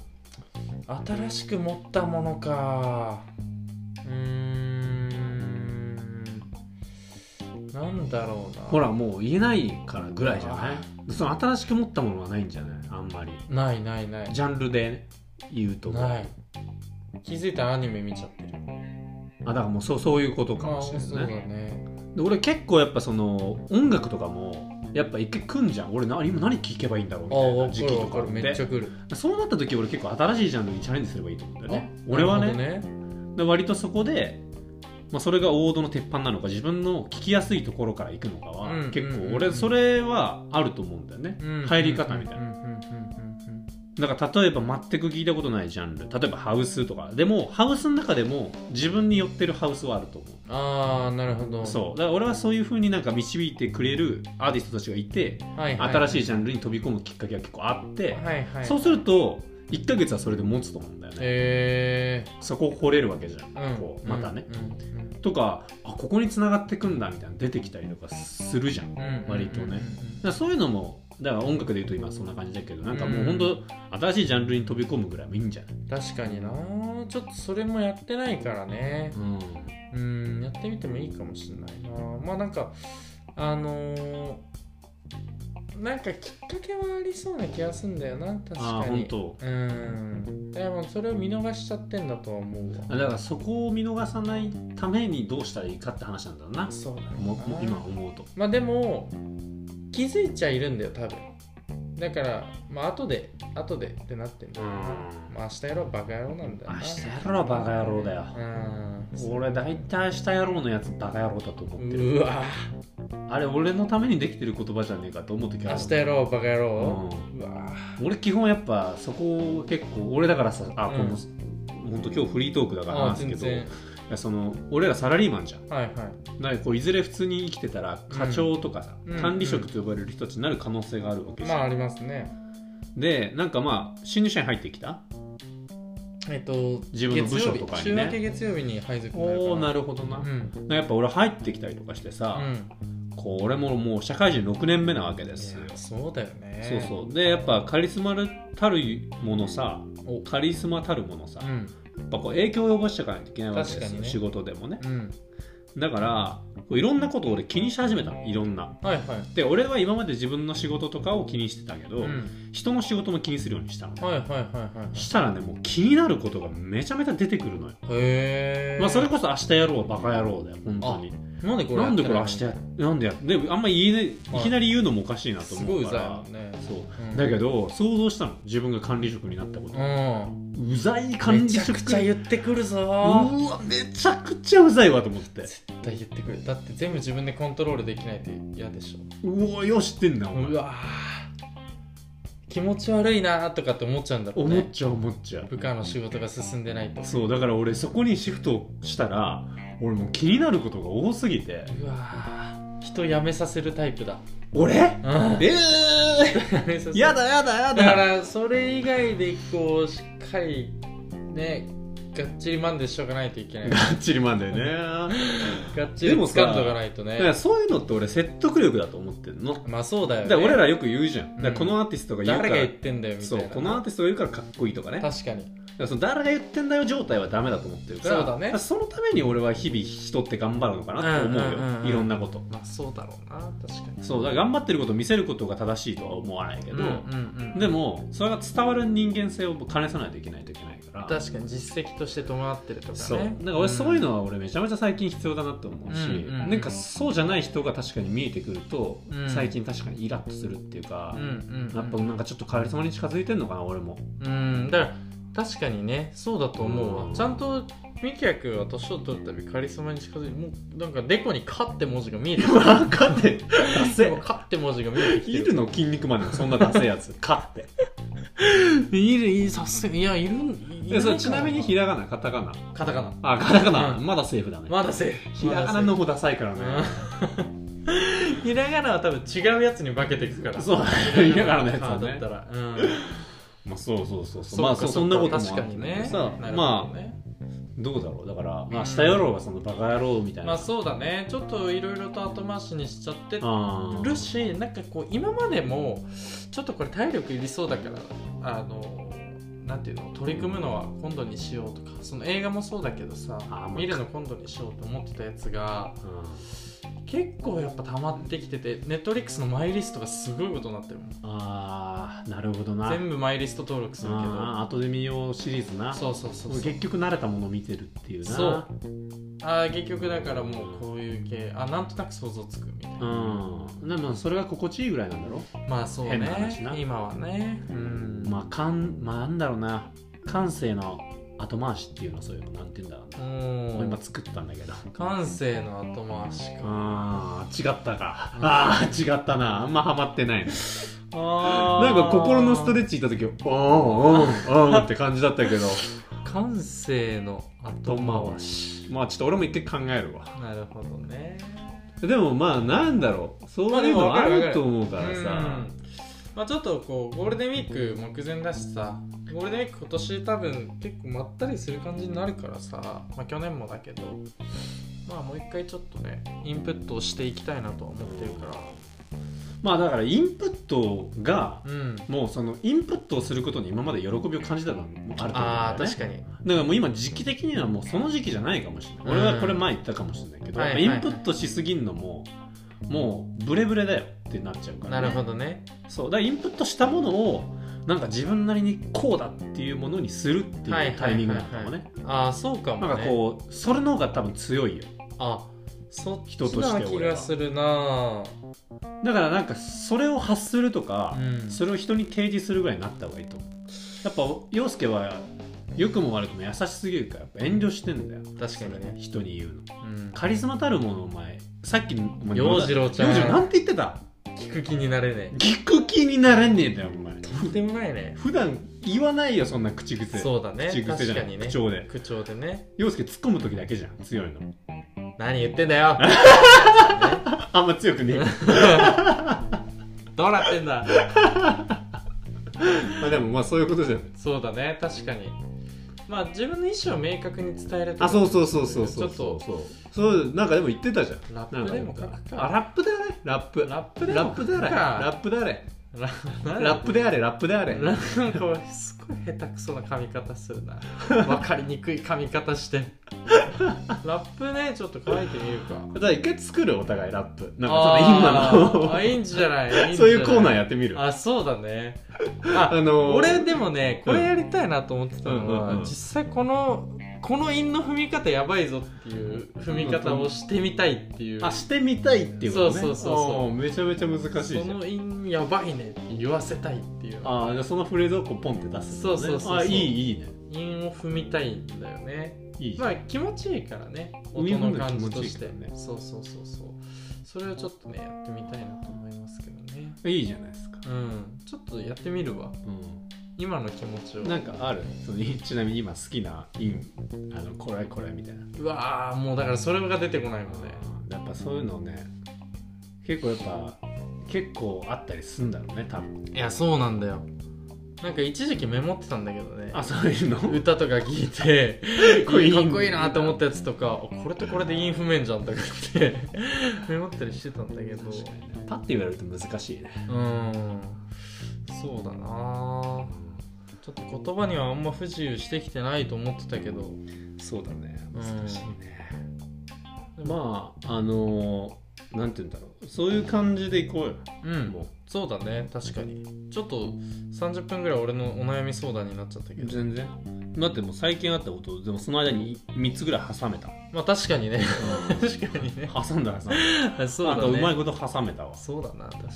Speaker 1: 新しく持ったものかうーんなんだろうな
Speaker 2: ほらもう言えないからぐらいじゃないその新しく持ったものはないんじゃないあんまり
Speaker 1: ないないない
Speaker 2: ジャンルで言うと
Speaker 1: ない気づいたらアニメ見ちゃってる
Speaker 2: あだからもうそうそういうことかもしれ
Speaker 1: そう
Speaker 2: な
Speaker 1: だ
Speaker 2: いね
Speaker 1: ね
Speaker 2: で俺結構やっぱその音楽とかもやっぱ一回来んじゃん俺な今何聴けばいいんだろうみ
Speaker 1: あ
Speaker 2: たい
Speaker 1: あ
Speaker 2: な
Speaker 1: 分
Speaker 2: 時
Speaker 1: か
Speaker 2: 期
Speaker 1: る
Speaker 2: と
Speaker 1: 分か
Speaker 2: かっ
Speaker 1: るめっちゃ
Speaker 2: て
Speaker 1: くる
Speaker 2: そうなった時俺結構新しいジャンルにチャレンジすればいいと思うんだよね
Speaker 1: あ
Speaker 2: 俺は
Speaker 1: なるほ
Speaker 2: ね
Speaker 1: どね
Speaker 2: で割とそこで、まあ、それが王道の鉄板なのか自分の聞きやすいところから行くのかは、
Speaker 1: うん
Speaker 2: 結
Speaker 1: うん
Speaker 2: 構俺それはあると思うんだよね、
Speaker 1: うん
Speaker 2: 入り方みたいな、
Speaker 1: うんうんうんうん
Speaker 2: だから例えば全く聞いたことないジャンル例えばハウスとかでもハウスの中でも自分に寄ってるハウスはあると思う
Speaker 1: うんああなるほど
Speaker 2: そうだから俺はそういうふうになんか導いてくれるアーティストたちがいて、
Speaker 1: はいはい
Speaker 2: 新しいジャンルに飛び込むきっかけが結構あって、
Speaker 1: はいはい
Speaker 2: そうすると1ヶ月はそれで持つと思うんだよね、
Speaker 1: え
Speaker 2: そこを掘れるわけじゃん、
Speaker 1: ーうん
Speaker 2: こうまたね、
Speaker 1: うんうん
Speaker 2: とかあここに繋がってくんだみたいなの出てきたりとかするじゃん、だか
Speaker 1: うん
Speaker 2: 割とね
Speaker 1: うんうんうん
Speaker 2: らそういうのもだから音楽でいうと今そんな感じだけどなんかもう
Speaker 1: うん
Speaker 2: 本当新しいジャンルに飛び込むぐらいもいいんじゃない、
Speaker 1: 確かになちょっとそれもやってないからね
Speaker 2: うん
Speaker 1: うんやってみてもいいかもしれないなまあなんかあのーなんかきっかけはありそうな気がするんだよな確
Speaker 2: あ
Speaker 1: か
Speaker 2: ー
Speaker 1: に
Speaker 2: 本当
Speaker 1: うんでもそれを見逃しちゃってんだとは思う
Speaker 2: だ
Speaker 1: わ
Speaker 2: からそこを見逃さないためにどうしたらいいかって話なんだろうな
Speaker 1: そうだ
Speaker 2: も
Speaker 1: ね
Speaker 2: も今思うと
Speaker 1: まあでも気づいちゃいるんだよ多分だからまあ後で後でってなってんだよな
Speaker 2: うん
Speaker 1: まあ明日やろうバカ野郎なんだよ
Speaker 2: 明
Speaker 1: な
Speaker 2: 日やろうバカ野郎だよ
Speaker 1: う
Speaker 2: 俺大体明日やろうのやつバカ野郎だと思って
Speaker 1: ん
Speaker 2: る
Speaker 1: うわ
Speaker 2: あれ俺のためにできてる言葉じゃねえかと思う時あ
Speaker 1: 明
Speaker 2: る
Speaker 1: 日やろうバカ野郎うわ
Speaker 2: 俺基本やっぱそこを結構俺だからさあ
Speaker 1: う
Speaker 2: こ
Speaker 1: ん
Speaker 2: の、本当今日フリートークだから
Speaker 1: あ
Speaker 2: な
Speaker 1: あ
Speaker 2: んですけ
Speaker 1: 全
Speaker 2: ど
Speaker 1: 然
Speaker 2: いやその俺らサラリーマンじゃん
Speaker 1: はいはい
Speaker 2: なんかこういずれ普通に生きてたら課長とかさ、
Speaker 1: うん
Speaker 2: 管理職と呼ばれる人たちになる可能性があるわけじゃ
Speaker 1: ま
Speaker 2: ん、
Speaker 1: あありますね
Speaker 2: でなんかまあ新入社員入ってきた
Speaker 1: えっと
Speaker 2: 自分の部署とか
Speaker 1: 月曜日
Speaker 2: にね
Speaker 1: 週明け月曜日に配属になる
Speaker 2: おおな
Speaker 1: る
Speaker 2: るほどな、
Speaker 1: う
Speaker 2: だか
Speaker 1: ん
Speaker 2: らやっぱ俺入ってきたりとかしてさ、こう俺ももう社会人6年目なわけ
Speaker 1: うん
Speaker 2: ですよ
Speaker 1: いやそうだよね
Speaker 2: そうそうでやっぱカリスマたるものさ
Speaker 1: お
Speaker 2: カリスマたるものさ、
Speaker 1: う
Speaker 2: や
Speaker 1: ん
Speaker 2: っぱこう影響を及ぼしていかないといけないわけですよ
Speaker 1: 確かにね
Speaker 2: 仕事でもね、
Speaker 1: うん
Speaker 2: だからこういろんなことを俺気にし始めたのいろんな
Speaker 1: はいはい
Speaker 2: で俺は今まで自分の仕事とかを気にしてたけど、
Speaker 1: うん
Speaker 2: 人の仕事も気にするようにしたの、
Speaker 1: はいはいはいはい
Speaker 2: したらねもう気になることがめちゃめちゃ出てくるのよ、
Speaker 1: へえ
Speaker 2: まあ、それこそ明日やろうはバカ野郎だよ本当に
Speaker 1: なんでこれ
Speaker 2: なんでこれ明日
Speaker 1: やっ
Speaker 2: やなんでやでもあんま言えないい
Speaker 1: はい
Speaker 2: きなり言うのもおかしい
Speaker 1: た
Speaker 2: な
Speaker 1: ら
Speaker 2: と
Speaker 1: すご
Speaker 2: 思
Speaker 1: いうう
Speaker 2: か
Speaker 1: ざい
Speaker 2: ら
Speaker 1: もんね
Speaker 2: そう
Speaker 1: うん
Speaker 2: だけど想像したの自分が管理職になったこと、
Speaker 1: う
Speaker 2: うざい
Speaker 1: ん
Speaker 2: 管
Speaker 1: め
Speaker 2: 理
Speaker 1: ちゃ
Speaker 2: 職
Speaker 1: くちゃ言ってくる
Speaker 2: う
Speaker 1: ぞ
Speaker 2: わめちゃくちゃうざいわと思って
Speaker 1: 絶対言ってくるだって全部自分でコントロールできないって嫌でしょ
Speaker 2: うわよう知ってんなお前
Speaker 1: うわー気持ち悪いなーとかって思っちゃうんだろう
Speaker 2: 思っ
Speaker 1: ね
Speaker 2: ちゃう思っちゃう
Speaker 1: 部下の仕事が進んでないと
Speaker 2: そうだから俺そこにシフトしたら俺もう気になることが多すぎて
Speaker 1: うわー人辞めさせるタイプだ
Speaker 2: 俺
Speaker 1: うん辞
Speaker 2: え
Speaker 1: めさ
Speaker 2: ー、
Speaker 1: せ
Speaker 2: やだやだや
Speaker 1: だか
Speaker 2: だ
Speaker 1: らそれ以外でこうしっかりねがっちりマンでしとかないといけない
Speaker 2: がっ ちりマンだよね
Speaker 1: がっちり
Speaker 2: でもさ
Speaker 1: 掴んとかないと
Speaker 2: だから
Speaker 1: ね
Speaker 2: そういうのって俺説得力だと思ってんのだか
Speaker 1: まあそうだよね
Speaker 2: ら俺らよく言うじゃん、
Speaker 1: うん
Speaker 2: だからこのアーティストが言うか
Speaker 1: 誰
Speaker 2: ら
Speaker 1: が言ってんだよみた
Speaker 2: そ
Speaker 1: いうな
Speaker 2: このアーティストが言うからかっこいいとかねだか
Speaker 1: 確かに
Speaker 2: らその誰が言ってんだよ状態はダメだと思ってるから
Speaker 1: そうだね
Speaker 2: からそのために俺は日々人って頑張るのかなと思うよ、
Speaker 1: うんうんうんうん
Speaker 2: いろんなこと
Speaker 1: まあそうだろうな確かに
Speaker 2: そうだから頑張ってることを見せることが正しいとは思わないけど、
Speaker 1: うんうんうん
Speaker 2: でもそれが伝わる人間性を兼ねさないといけないといけないから
Speaker 1: 確かに実績として伴ってるとかね
Speaker 2: そうだから俺そういう
Speaker 1: の
Speaker 2: のは俺めちゃめちゃ最近必要だなと思うし、
Speaker 1: うんうんうん
Speaker 2: なんかそうじゃない人が確かに見えてくると、
Speaker 1: うん
Speaker 2: 最近確かにイラッとするっていうか、
Speaker 1: うんうん
Speaker 2: やっぱなんかちょっと変わりそうに近づいてんのかな俺も
Speaker 1: うんだから確かにねそうだと思うわ、
Speaker 2: うん
Speaker 1: ちゃんとミキヤ君は年を取るたびカリスマに近づいてもうなんかデコに「カ」って文字が見え てくる
Speaker 2: 分かん ね
Speaker 1: でも「カ」って文字が見えてきて
Speaker 2: いるの筋肉までもそんなダセいや つかって
Speaker 1: いるいるさすがいやいるい
Speaker 2: でそれちなみにひ
Speaker 1: ら
Speaker 2: らがなカタカナ
Speaker 1: カタカナ
Speaker 2: あカタカナ、
Speaker 1: うん
Speaker 2: まだセーフだね、
Speaker 1: まだセーフ
Speaker 2: ひらがなの方ダサいからね、
Speaker 1: うん ひらがなは多分違うやつに化けていくから
Speaker 2: そうひらがなのやつは
Speaker 1: カー
Speaker 2: ね
Speaker 1: だったらうん
Speaker 2: まあ、そうそうそうそう
Speaker 1: っか
Speaker 2: まあそ
Speaker 1: っか
Speaker 2: そんなこともあ
Speaker 1: 確かにね
Speaker 2: さ
Speaker 1: なるほ
Speaker 2: ま
Speaker 1: ど
Speaker 2: あ
Speaker 1: ね
Speaker 2: どうだろうだから、まあ、明日やろうはそのバカ野郎みたい
Speaker 1: ま
Speaker 2: な、
Speaker 1: あそうだねちょっといろいろと後回しにしちゃってて
Speaker 2: あー
Speaker 1: るしなんかこう今までもちょっとこれ体力いりそうだからあのなんていうの取り組むのは今度にしようとかその映画もそうだけどさ
Speaker 2: あーまあ
Speaker 1: 見るの今度にしようと思ってたやつが
Speaker 2: うん
Speaker 1: 結構やっぱ溜まってきててネットリックスのマイリストがすごいことになってるもん
Speaker 2: あーなるほどな
Speaker 1: 全部マイリスト登録するけ
Speaker 2: あ
Speaker 1: ど
Speaker 2: 後で見ようシリーズな
Speaker 1: そうそうそうそう
Speaker 2: 結局慣れたものを見てるっていうな
Speaker 1: そうあー結局だからもうこういう系あなんとなく想像つくみたいな
Speaker 2: うんでもそれが心地いいぐらいなんだろ
Speaker 1: まあそう
Speaker 2: 変な話な
Speaker 1: ね今はねうん
Speaker 2: まあかんまあなんだろうな感性の後回しっていうのはそういうのなんて言うんだろうな
Speaker 1: も
Speaker 2: 俺今
Speaker 1: う
Speaker 2: 作ったんだけど
Speaker 1: 感性の後回しか
Speaker 2: あー違ったかあー違ったなあんまハマってないな
Speaker 1: あ
Speaker 2: なんか心のストレ
Speaker 1: ッ
Speaker 2: ッチ行った時おーおーおーって感じだったけ
Speaker 1: チ
Speaker 2: ど
Speaker 1: 感性の後回し
Speaker 2: まあちょっと俺も一回考えるわ
Speaker 1: なるほどね
Speaker 2: でもまあなんだろうそういうの
Speaker 1: まあ
Speaker 2: あ
Speaker 1: でもわかる
Speaker 2: ると思う
Speaker 1: う
Speaker 2: から
Speaker 1: ん
Speaker 2: さ
Speaker 1: まあちょっとこうゴールデンウィーク目前だしさゴールデンウィーク今年多分結構まったりする感じになるからさまあ去年もだけどまあもう一回ちょっとねインプットをしていきたいなとは思ってるから
Speaker 2: まあだからインプットが
Speaker 1: うん
Speaker 2: もうそのインプットをすることに今まで喜びを感じたのもあると思うんだよ、ね、
Speaker 1: ああ確かに
Speaker 2: だからもう今時期的にはもうその時期じゃないかもしれない、
Speaker 1: うん
Speaker 2: 俺はこれ前言ったかもしれないけど、
Speaker 1: はい
Speaker 2: やっぱ
Speaker 1: はいはい
Speaker 2: インプットしすぎんのももうブレブレだよってなっちゃうから、
Speaker 1: な
Speaker 2: ね、
Speaker 1: るほどね
Speaker 2: そうだからインプットしたものをなんか自分なりにこうだっていうものにするって
Speaker 1: はいいうは
Speaker 2: タ
Speaker 1: いはいはい
Speaker 2: イミングなのかもね
Speaker 1: ああそうかもね
Speaker 2: なんかこうそれの方が多分強いよ
Speaker 1: あそっち
Speaker 2: 人として
Speaker 1: な
Speaker 2: 俺は
Speaker 1: 気がするな
Speaker 2: だからなんかそれを発するとか、
Speaker 1: うん
Speaker 2: それを人に提示するぐらいになった方がいいと思うやっぱ陽介は良くも悪くも優しすぎるからやっぱ遠慮してんだよ
Speaker 1: 確かにね
Speaker 2: それ人に言うの
Speaker 1: うん
Speaker 2: カリスマたるものお前さっきのお前
Speaker 1: 洋次郎ちゃん
Speaker 2: 洋次郎なんて言ってた
Speaker 1: 聞く気になれね
Speaker 2: 聞く気にならねえんだよお前
Speaker 1: えとんでもないね
Speaker 2: 普段言わないよそんな口癖
Speaker 1: そうだね
Speaker 2: 口癖じ
Speaker 1: 確
Speaker 2: ゃな
Speaker 1: か
Speaker 2: い、
Speaker 1: にね
Speaker 2: 口調で
Speaker 1: 口調でね
Speaker 2: 陽介突っ込む時だけじゃん強いの
Speaker 1: 何言ってんだよね
Speaker 2: あんま強くねえ
Speaker 1: どうなってんだ
Speaker 2: まあでもまあそういうことじゃない
Speaker 1: そうだね確かにまあ自分の意思を明確に伝えるとか
Speaker 2: あそうそうそうそうそう
Speaker 1: ちょっ
Speaker 2: そうそうなんかでも言ってたじゃん
Speaker 1: ラップでも書くか
Speaker 2: なんあラップであれラップ
Speaker 1: ラップでも
Speaker 2: ラップであれ
Speaker 1: 書くか
Speaker 2: ラップであれ
Speaker 1: ラ
Speaker 2: ラップであれラップであれ
Speaker 1: なん かすごい下手くそな髪型するな分かりにくい髪型してラップねちょっと書いてみるか
Speaker 2: だから一回作るお互いラップなん
Speaker 1: あ
Speaker 2: かその今
Speaker 1: ーあいいんじゃないいいんじゃな
Speaker 2: の そういうコーナーやってみる
Speaker 1: あそうだ ね
Speaker 2: あ
Speaker 1: あ
Speaker 2: のー
Speaker 1: 俺でもねこれやりたいなと思ってたのは、
Speaker 2: うんうんうん
Speaker 1: 実際このこの韻の踏み方やばいぞっていう踏み方をしてみたいっていう、
Speaker 2: あしてみたいっていうことね
Speaker 1: そうそうそうそう
Speaker 2: あーめちゃめちゃ難しい
Speaker 1: そ
Speaker 2: じゃん
Speaker 1: の韻やばいねって言わせたいっていう
Speaker 2: あーじゃあそのフレーズをこうポンって出すのね
Speaker 1: そうそうそうそう
Speaker 2: あいいいいね
Speaker 1: 韻を踏みたいんだよね
Speaker 2: いいじゃん
Speaker 1: まあ気持ちいいからね
Speaker 2: 海
Speaker 1: 音
Speaker 2: の
Speaker 1: の
Speaker 2: 中
Speaker 1: 感
Speaker 2: 気持
Speaker 1: じ
Speaker 2: ち
Speaker 1: と
Speaker 2: いい
Speaker 1: し
Speaker 2: か
Speaker 1: て
Speaker 2: らね
Speaker 1: そうそうそうそうそれをちょっとねやってみたいなと思いますけどね
Speaker 2: いいじゃないですか、
Speaker 1: うんちょっとやってみるわ
Speaker 2: う
Speaker 1: 今の気持ちを
Speaker 2: ん、なんかあるそのい ちなみに今好きなインあのこれこれみたいな
Speaker 1: うわーもうだからそれが出てこないもんね
Speaker 2: やっぱそういうのね結構やっぱ結構あったりすんだろうね多分
Speaker 1: いやそうなんだよなんか一時期メモってたんだけどね
Speaker 2: あそう いうの
Speaker 1: 歌 とか聞いて
Speaker 2: こいい
Speaker 1: かっこいいなと思ったやつとかあこれとこれでインフメンじゃんとかって メモったりしてたんだけど
Speaker 2: 確かにねパッて言われると難しいね
Speaker 1: うんそうだなちょっと言葉にはあんま不自由してきてないと思ってたけど
Speaker 2: そうだね
Speaker 1: うん
Speaker 2: 難しいね、まああのーなんて言うんだろうそういう感じでいこうよ、
Speaker 1: うん
Speaker 2: も
Speaker 1: そうだね確かにちょっと30分ぐらい俺のお悩み相談になっちゃったけ
Speaker 2: う
Speaker 1: ど
Speaker 2: 全然だってもう最近あったことでもその間に3つぐらい挟めた、
Speaker 1: まあ確かにね 確かにね
Speaker 2: 挟んだらさ、
Speaker 1: そう
Speaker 2: な
Speaker 1: だね
Speaker 2: んかうまいこと挟めたわ、
Speaker 1: そうだな確かに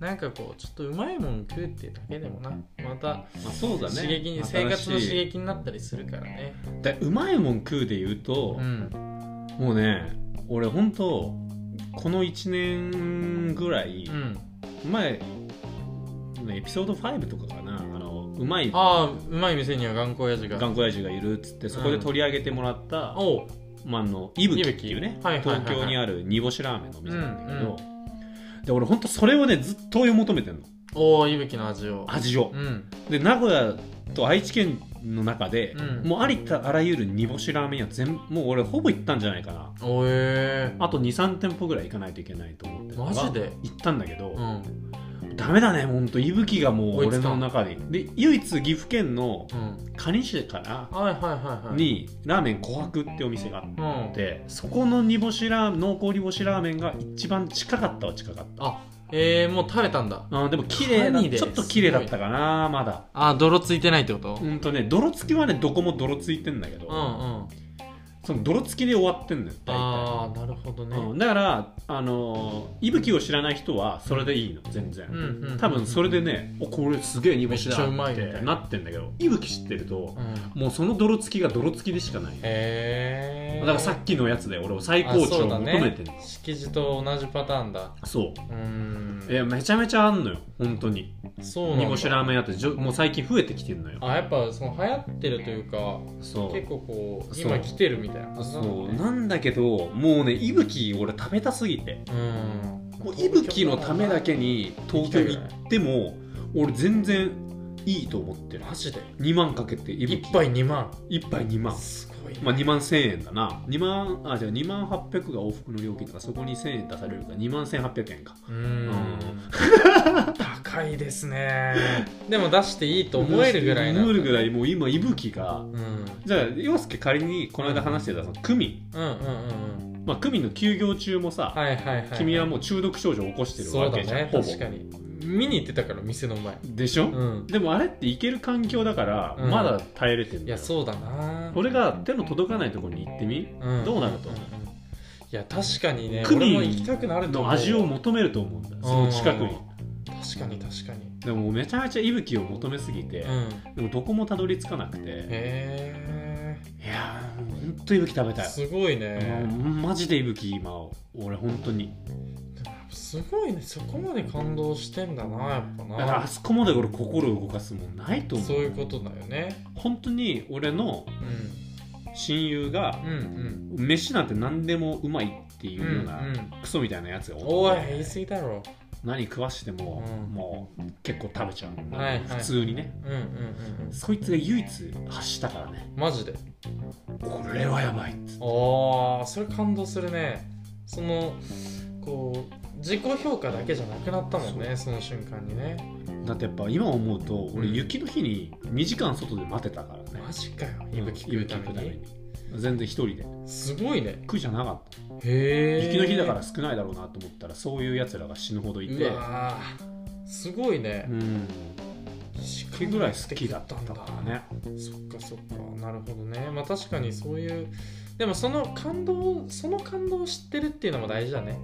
Speaker 1: なんかこうちょっとうまいもん食うってだけでもなまた
Speaker 2: まあ、そうだね
Speaker 1: 刺激に生活の刺
Speaker 2: 新し
Speaker 1: 激になったりするからね
Speaker 2: いでうまいもん食うで言うと、
Speaker 1: うん
Speaker 2: もうね俺ほんとこの1年ぐらい
Speaker 1: うん
Speaker 2: 前エピソード5とかかなあのうまい頑
Speaker 1: ああうまい店には頑固親父が
Speaker 2: 固親父がいるっつってそこで取り上げてもらった、
Speaker 1: おう
Speaker 2: まあ、あのいぶきっていうね
Speaker 1: いぶきはいはいはいはい
Speaker 2: 東京にある煮干しラーメンのお店なんだけど、で俺ほんとそれをねずっと追い求めてんの
Speaker 1: おーいぶきの味を
Speaker 2: 味を
Speaker 1: うん
Speaker 2: で名古屋と愛知県の中で、
Speaker 1: うん
Speaker 2: もうありとあらゆる煮干しラーメン屋全部もう俺ほぼ行ったんじゃないかな
Speaker 1: おえ
Speaker 2: あと23店舗ぐらい行かないといけないと思って
Speaker 1: マジで
Speaker 2: 行ったんだけど、
Speaker 1: うん
Speaker 2: ダメだねほんと息吹がもう
Speaker 1: 追い
Speaker 2: 俺
Speaker 1: つか
Speaker 2: の
Speaker 1: ん
Speaker 2: 中でで唯一岐阜県の
Speaker 1: うん
Speaker 2: 蟹市から
Speaker 1: はいはいはいはい
Speaker 2: にラーメン琥珀ってお店があ
Speaker 1: うん
Speaker 2: ってそこの煮干しラー濃厚煮干しラーメンが一番近かったは近かった
Speaker 1: あえー、もう食べたんだ
Speaker 2: あーでも綺麗だ
Speaker 1: 蟹で
Speaker 2: ちょっと綺麗だったかなまだ
Speaker 1: あー泥ついてないってこと
Speaker 2: うんとね泥つきはねどこも泥ついてんだけど、
Speaker 1: うんうん
Speaker 2: その泥つきで終わってんのよ大体
Speaker 1: ああなるほどね
Speaker 2: うんだから、あのー、いぶきを知らない人はそれでいいの全然、
Speaker 1: うんうん
Speaker 2: 多分それでね、おこれすげえ煮干しだ
Speaker 1: めっちゃうまいみたい
Speaker 2: っ
Speaker 1: な
Speaker 2: てなってんだけどいぶき知ってると
Speaker 1: うん
Speaker 2: もうその泥つきが泥つきでしかない、
Speaker 1: へえ
Speaker 2: だからさっきのやつで俺を最高潮を求めてる
Speaker 1: ね、敷地と同じパターンだ
Speaker 2: そう,、
Speaker 1: うーん
Speaker 2: いやめちゃめちゃあんのよ本当に
Speaker 1: そうなんだ
Speaker 2: 煮干しラーメン屋ってじょもう最近増えてきてんのよ
Speaker 1: あやっぱその流行ってるというか
Speaker 2: そう
Speaker 1: 結構こう
Speaker 2: そう
Speaker 1: 今来てるみたいな
Speaker 2: そう
Speaker 1: な
Speaker 2: なんだけどもうねいぶき俺食べたすぎて
Speaker 1: うん
Speaker 2: もういぶきのためだけに東京行っても俺全然いいと思ってる
Speaker 1: マジで
Speaker 2: 2万かけていぶき
Speaker 1: 一杯2万
Speaker 2: 1杯2万
Speaker 1: すごいね
Speaker 2: まあ2万1000円だな2万あじゃあ2万800が往復の料金だからそこに1000円出されるから2万1800円か
Speaker 1: うーん 高いですねでも出していいと思えるぐらいな
Speaker 2: 思えるぐ
Speaker 1: い
Speaker 2: らいもう今いぶきが
Speaker 1: うんうん
Speaker 2: じゃあ洋介仮にこの間話してたそのクミ
Speaker 1: うんうん
Speaker 2: ンまあクミンの休業中もさ、
Speaker 1: はいはいはい、
Speaker 2: 君はもう中毒症状を起こしてる
Speaker 1: そ
Speaker 2: わ
Speaker 1: うだ
Speaker 2: けじゃん、
Speaker 1: ね
Speaker 2: ほぼ
Speaker 1: 確かに見に行ってたから店の前
Speaker 2: でしょ、
Speaker 1: うん
Speaker 2: でもあれって行ける環境だから
Speaker 1: うん
Speaker 2: まだ耐えれてるん
Speaker 1: い
Speaker 2: だ
Speaker 1: や
Speaker 2: よ、
Speaker 1: そうだな
Speaker 2: 俺が手の届かないところに行ってみ
Speaker 1: うん
Speaker 2: どうなると
Speaker 1: んんんいや確かにね
Speaker 2: ク
Speaker 1: 俺
Speaker 2: ミン
Speaker 1: も行きたくなると思
Speaker 2: の
Speaker 1: う
Speaker 2: 味を求めると思うんだよその近くに
Speaker 1: 確かに確かに
Speaker 2: でもめちゃめちゃ息吹を求めすぎて、
Speaker 1: うん
Speaker 2: でもどこもたどり着かなくて
Speaker 1: へ
Speaker 2: いやーほんと息吹食べ
Speaker 1: え
Speaker 2: たい、
Speaker 1: すごい
Speaker 2: もう
Speaker 1: ね
Speaker 2: マジで息吹今俺本当に
Speaker 1: すごいねそこまで感動してんだなやっぱ
Speaker 2: だからあ
Speaker 1: な
Speaker 2: そこまで俺心を動かすもんないと思う
Speaker 1: そういうことだよね
Speaker 2: 本当に俺の
Speaker 1: うん
Speaker 2: 親友が
Speaker 1: うん
Speaker 2: 飯なんて何でもうまいって
Speaker 1: う
Speaker 2: い
Speaker 1: んう
Speaker 2: うようんな、
Speaker 1: うん
Speaker 2: クソみたいなやつがおって
Speaker 1: おい言い過ぎだろ
Speaker 2: 何食わしても、
Speaker 1: うん
Speaker 2: もう結構食べちゃう、
Speaker 1: はいはい
Speaker 2: 普通にね
Speaker 1: うんうんうんうん
Speaker 2: そいつが唯一発したからね
Speaker 1: マジで
Speaker 2: これはやばいっつって
Speaker 1: ああそれ感動するねそのこう自己評価だけじゃなくなったもんねその瞬間にね
Speaker 2: だってやっぱ今思うと俺
Speaker 1: うん
Speaker 2: 雪の日に2時間外で待てたからね
Speaker 1: マジかよ
Speaker 2: うん
Speaker 1: 息吹食うた
Speaker 2: 雪
Speaker 1: め
Speaker 2: 食う
Speaker 1: に
Speaker 2: 全然一人です
Speaker 1: ごいね
Speaker 2: 苦じゃなかった
Speaker 1: へえ
Speaker 2: 雪の日だから少ないだろうなと思ったらそういうやつらが死ぬほどいうて
Speaker 1: わーすごいね
Speaker 2: うん
Speaker 1: し
Speaker 2: 毛ぐらい好きだったんだからね
Speaker 1: そっかそっかなるほどねまあ確かにそういうでもその感動その感動を知ってるっていうのも大事だね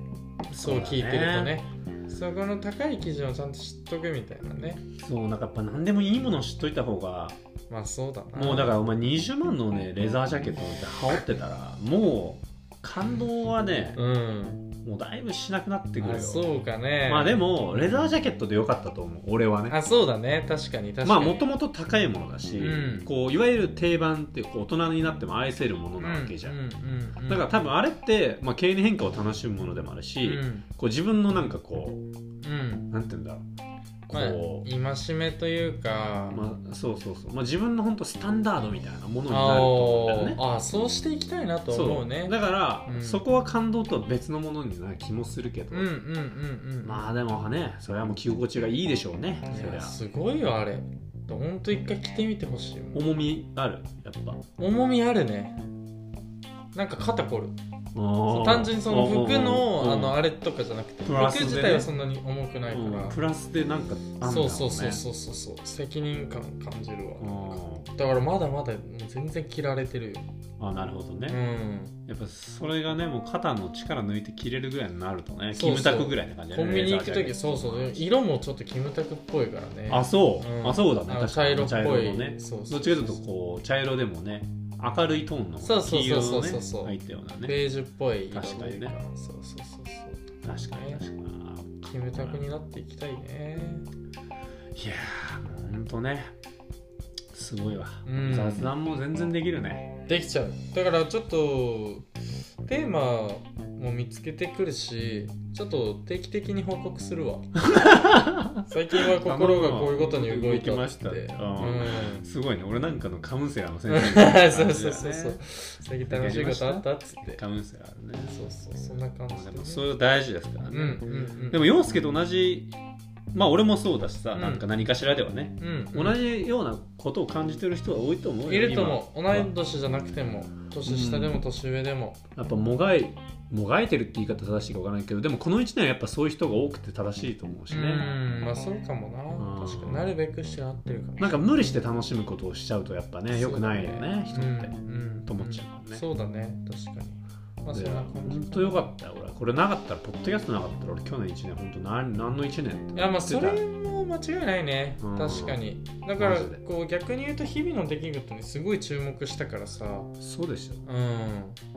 Speaker 1: そう聞いてるとねそこの高い基準をちゃんと知っとくみたいなね
Speaker 2: そうなんかやっぱ何でもいいものを知っといた方が
Speaker 1: まあそうだな
Speaker 2: もうだ
Speaker 1: か
Speaker 2: からお前20万のねレザージャケットなんて羽織ってたらもう感動はね
Speaker 1: うん
Speaker 2: もうだいぶしなくなってくる
Speaker 1: あ
Speaker 2: よ
Speaker 1: そうかね
Speaker 2: まあでもレザージャケットでよかったと思う俺はね
Speaker 1: あそうだね確かに確かに
Speaker 2: まあもともと高いものだし、
Speaker 1: うん
Speaker 2: こういわゆる定番ってこう大人になっても愛せるものなわけじゃん、
Speaker 1: うんうんうんうん、
Speaker 2: だから多分あれって、まあ、経年変化を楽しむものでもあるし、
Speaker 1: うん
Speaker 2: こう自分のなんかこう
Speaker 1: うん
Speaker 2: なんて言うんだろう
Speaker 1: まあ
Speaker 2: こう、
Speaker 1: 戒めというか、
Speaker 2: まあ、そうそうそう、まあ、自分の本当スタンダードみたいなものになると思うんだよね
Speaker 1: ああそうしていきたいなと思うね
Speaker 2: だから、
Speaker 1: うん
Speaker 2: そこは感動とは別のものになる気もするけど、
Speaker 1: うんうんうんうん
Speaker 2: まあでもねそれはもう着心地がいいでしょうねそ
Speaker 1: い
Speaker 2: り
Speaker 1: や
Speaker 2: ゃ
Speaker 1: すごいよあれほんと一回着てみてほしいもん
Speaker 2: 重みあるやっぱ
Speaker 1: 重みあるねなんか肩こる
Speaker 2: あー
Speaker 1: 単純にその服
Speaker 2: うん
Speaker 1: のあのあれとかじゃなくて
Speaker 2: プラスで
Speaker 1: 服
Speaker 2: ね
Speaker 1: 自体はそんなに重くないか
Speaker 2: うんプラスでなんかあんだ
Speaker 1: ら
Speaker 2: ろ
Speaker 1: そう
Speaker 2: ね
Speaker 1: うそうそうそうそうそう責任感感じるわ
Speaker 2: う
Speaker 1: だからまだまだ全然着られてるよ
Speaker 2: んあなるほど
Speaker 1: う
Speaker 2: ね、
Speaker 1: ん
Speaker 2: やっぱそれがねもう肩の力抜いて切れるぐらいになるとね
Speaker 1: そうそう
Speaker 2: キムタクぐらいな感じだ
Speaker 1: コ
Speaker 2: ね
Speaker 1: ンビニ行く
Speaker 2: レザ
Speaker 1: 時
Speaker 2: ージャケッ
Speaker 1: そうそう色もちょっとキムタクっぽいからね
Speaker 2: トあそう、
Speaker 1: うん
Speaker 2: あそうだね
Speaker 1: あの
Speaker 2: 確か
Speaker 1: 茶色
Speaker 2: に
Speaker 1: っぽい
Speaker 2: のね
Speaker 1: そうそ
Speaker 2: ど
Speaker 1: うそう
Speaker 2: っちかというとこう茶色でもね明るいトーンの
Speaker 1: そうそう
Speaker 2: 黄
Speaker 1: そう
Speaker 2: 色
Speaker 1: そ
Speaker 2: の
Speaker 1: う
Speaker 2: ね
Speaker 1: そうそう
Speaker 2: 入ったようなね
Speaker 1: ベージュっぽい色という
Speaker 2: 確かにね
Speaker 1: そうそうそうそう
Speaker 2: 確かに確かに
Speaker 1: キムタクになっていきたいね
Speaker 2: いやーもうほんとねすごいわ、
Speaker 1: うん
Speaker 2: 雑談も全然できるね
Speaker 1: できちゃうだからちょっとテーマも見つけてくるしちょっと定期的に報告す るわ最近は心がこういうことに動いた
Speaker 2: 動きま
Speaker 1: っ
Speaker 2: した
Speaker 1: て
Speaker 2: って
Speaker 1: うん
Speaker 2: すごいね俺なんかのカウンセラーの先生みたいな感じだ
Speaker 1: そう
Speaker 2: ね
Speaker 1: そうそうそう最近楽しいことあったっつって
Speaker 2: カウンセラーね
Speaker 1: そうそうそんな感じ
Speaker 2: で
Speaker 1: で、
Speaker 2: も
Speaker 1: ね、
Speaker 2: そういう大事ですから
Speaker 1: うん
Speaker 2: ね、
Speaker 1: うんうん
Speaker 2: でも陽介と同じまあ俺もそうだしさ、
Speaker 1: うん
Speaker 2: なんか何かしらではね、
Speaker 1: うん
Speaker 2: 同じようなことを感じてる人は多いと思うよ
Speaker 1: いると思う
Speaker 2: 今
Speaker 1: 同い年じゃなくても年下でも年上でも、
Speaker 2: やっぱもがいもがいてるって言い方正しいかわからないけどでもこの1年はやっぱそういう人が多くて正しいと思うし
Speaker 1: う
Speaker 2: ね、
Speaker 1: んまあそうかもな、
Speaker 2: うん
Speaker 1: 確かになるべくして合ってるかも
Speaker 2: なんか無理して楽しむことをしちゃうとやっぱね
Speaker 1: そ
Speaker 2: 良
Speaker 1: う
Speaker 2: くないよね人って、
Speaker 1: うん
Speaker 2: と思っちゃうからね
Speaker 1: そうだね確かにまあそん
Speaker 2: で
Speaker 1: な
Speaker 2: ほ
Speaker 1: 感じ
Speaker 2: んとよかったよ俺これなかったらポッドキャストなかったら俺去年1年ほんと何何の1年って
Speaker 1: いやまあそ
Speaker 2: 言っ
Speaker 1: れ
Speaker 2: て
Speaker 1: も間違いないね
Speaker 2: うん
Speaker 1: 確かにだから
Speaker 2: マジで
Speaker 1: こう逆に言うと日々の出来事にすごい注目したからさ
Speaker 2: たそうでしたよ
Speaker 1: うん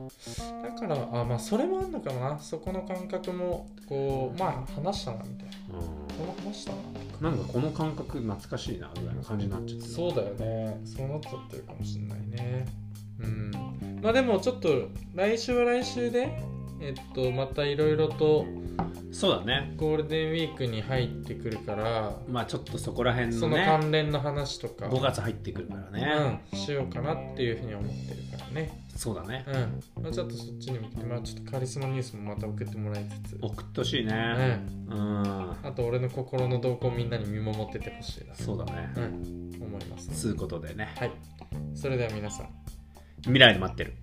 Speaker 1: だからあまあそれもあんのかもなそこの感覚もこうまあ話したなみたいな
Speaker 2: う
Speaker 1: この話したなん
Speaker 2: なんかこの感覚懐かしいなぐらいの感じになっちゃってた
Speaker 1: そうだよねそうなっちゃってるかもしれないねうんまあでもちょっと来週は来週でえっとまたいろいろと
Speaker 2: そうだね
Speaker 1: ゴールデンウィークに入ってくるから
Speaker 2: まあちょっとそこら辺
Speaker 1: そ
Speaker 2: の
Speaker 1: の
Speaker 2: ね
Speaker 1: 関連の話とか、
Speaker 2: 5月入ってくるからね、
Speaker 1: うん、しようかなっていうふうに思ってるからね
Speaker 2: そうだね
Speaker 1: うん、まあ、ちょっとそっちに向けてまあちょっとカリスマニュースもまた送ってもらいつつ
Speaker 2: 送ってほしいうね
Speaker 1: ん
Speaker 2: うん、
Speaker 1: あと俺の心の動向をみんなに見守っててほしいな
Speaker 2: そうだね
Speaker 1: うん思います、
Speaker 2: つうことでね
Speaker 1: はいそれでは皆さん
Speaker 2: 未来で待ってる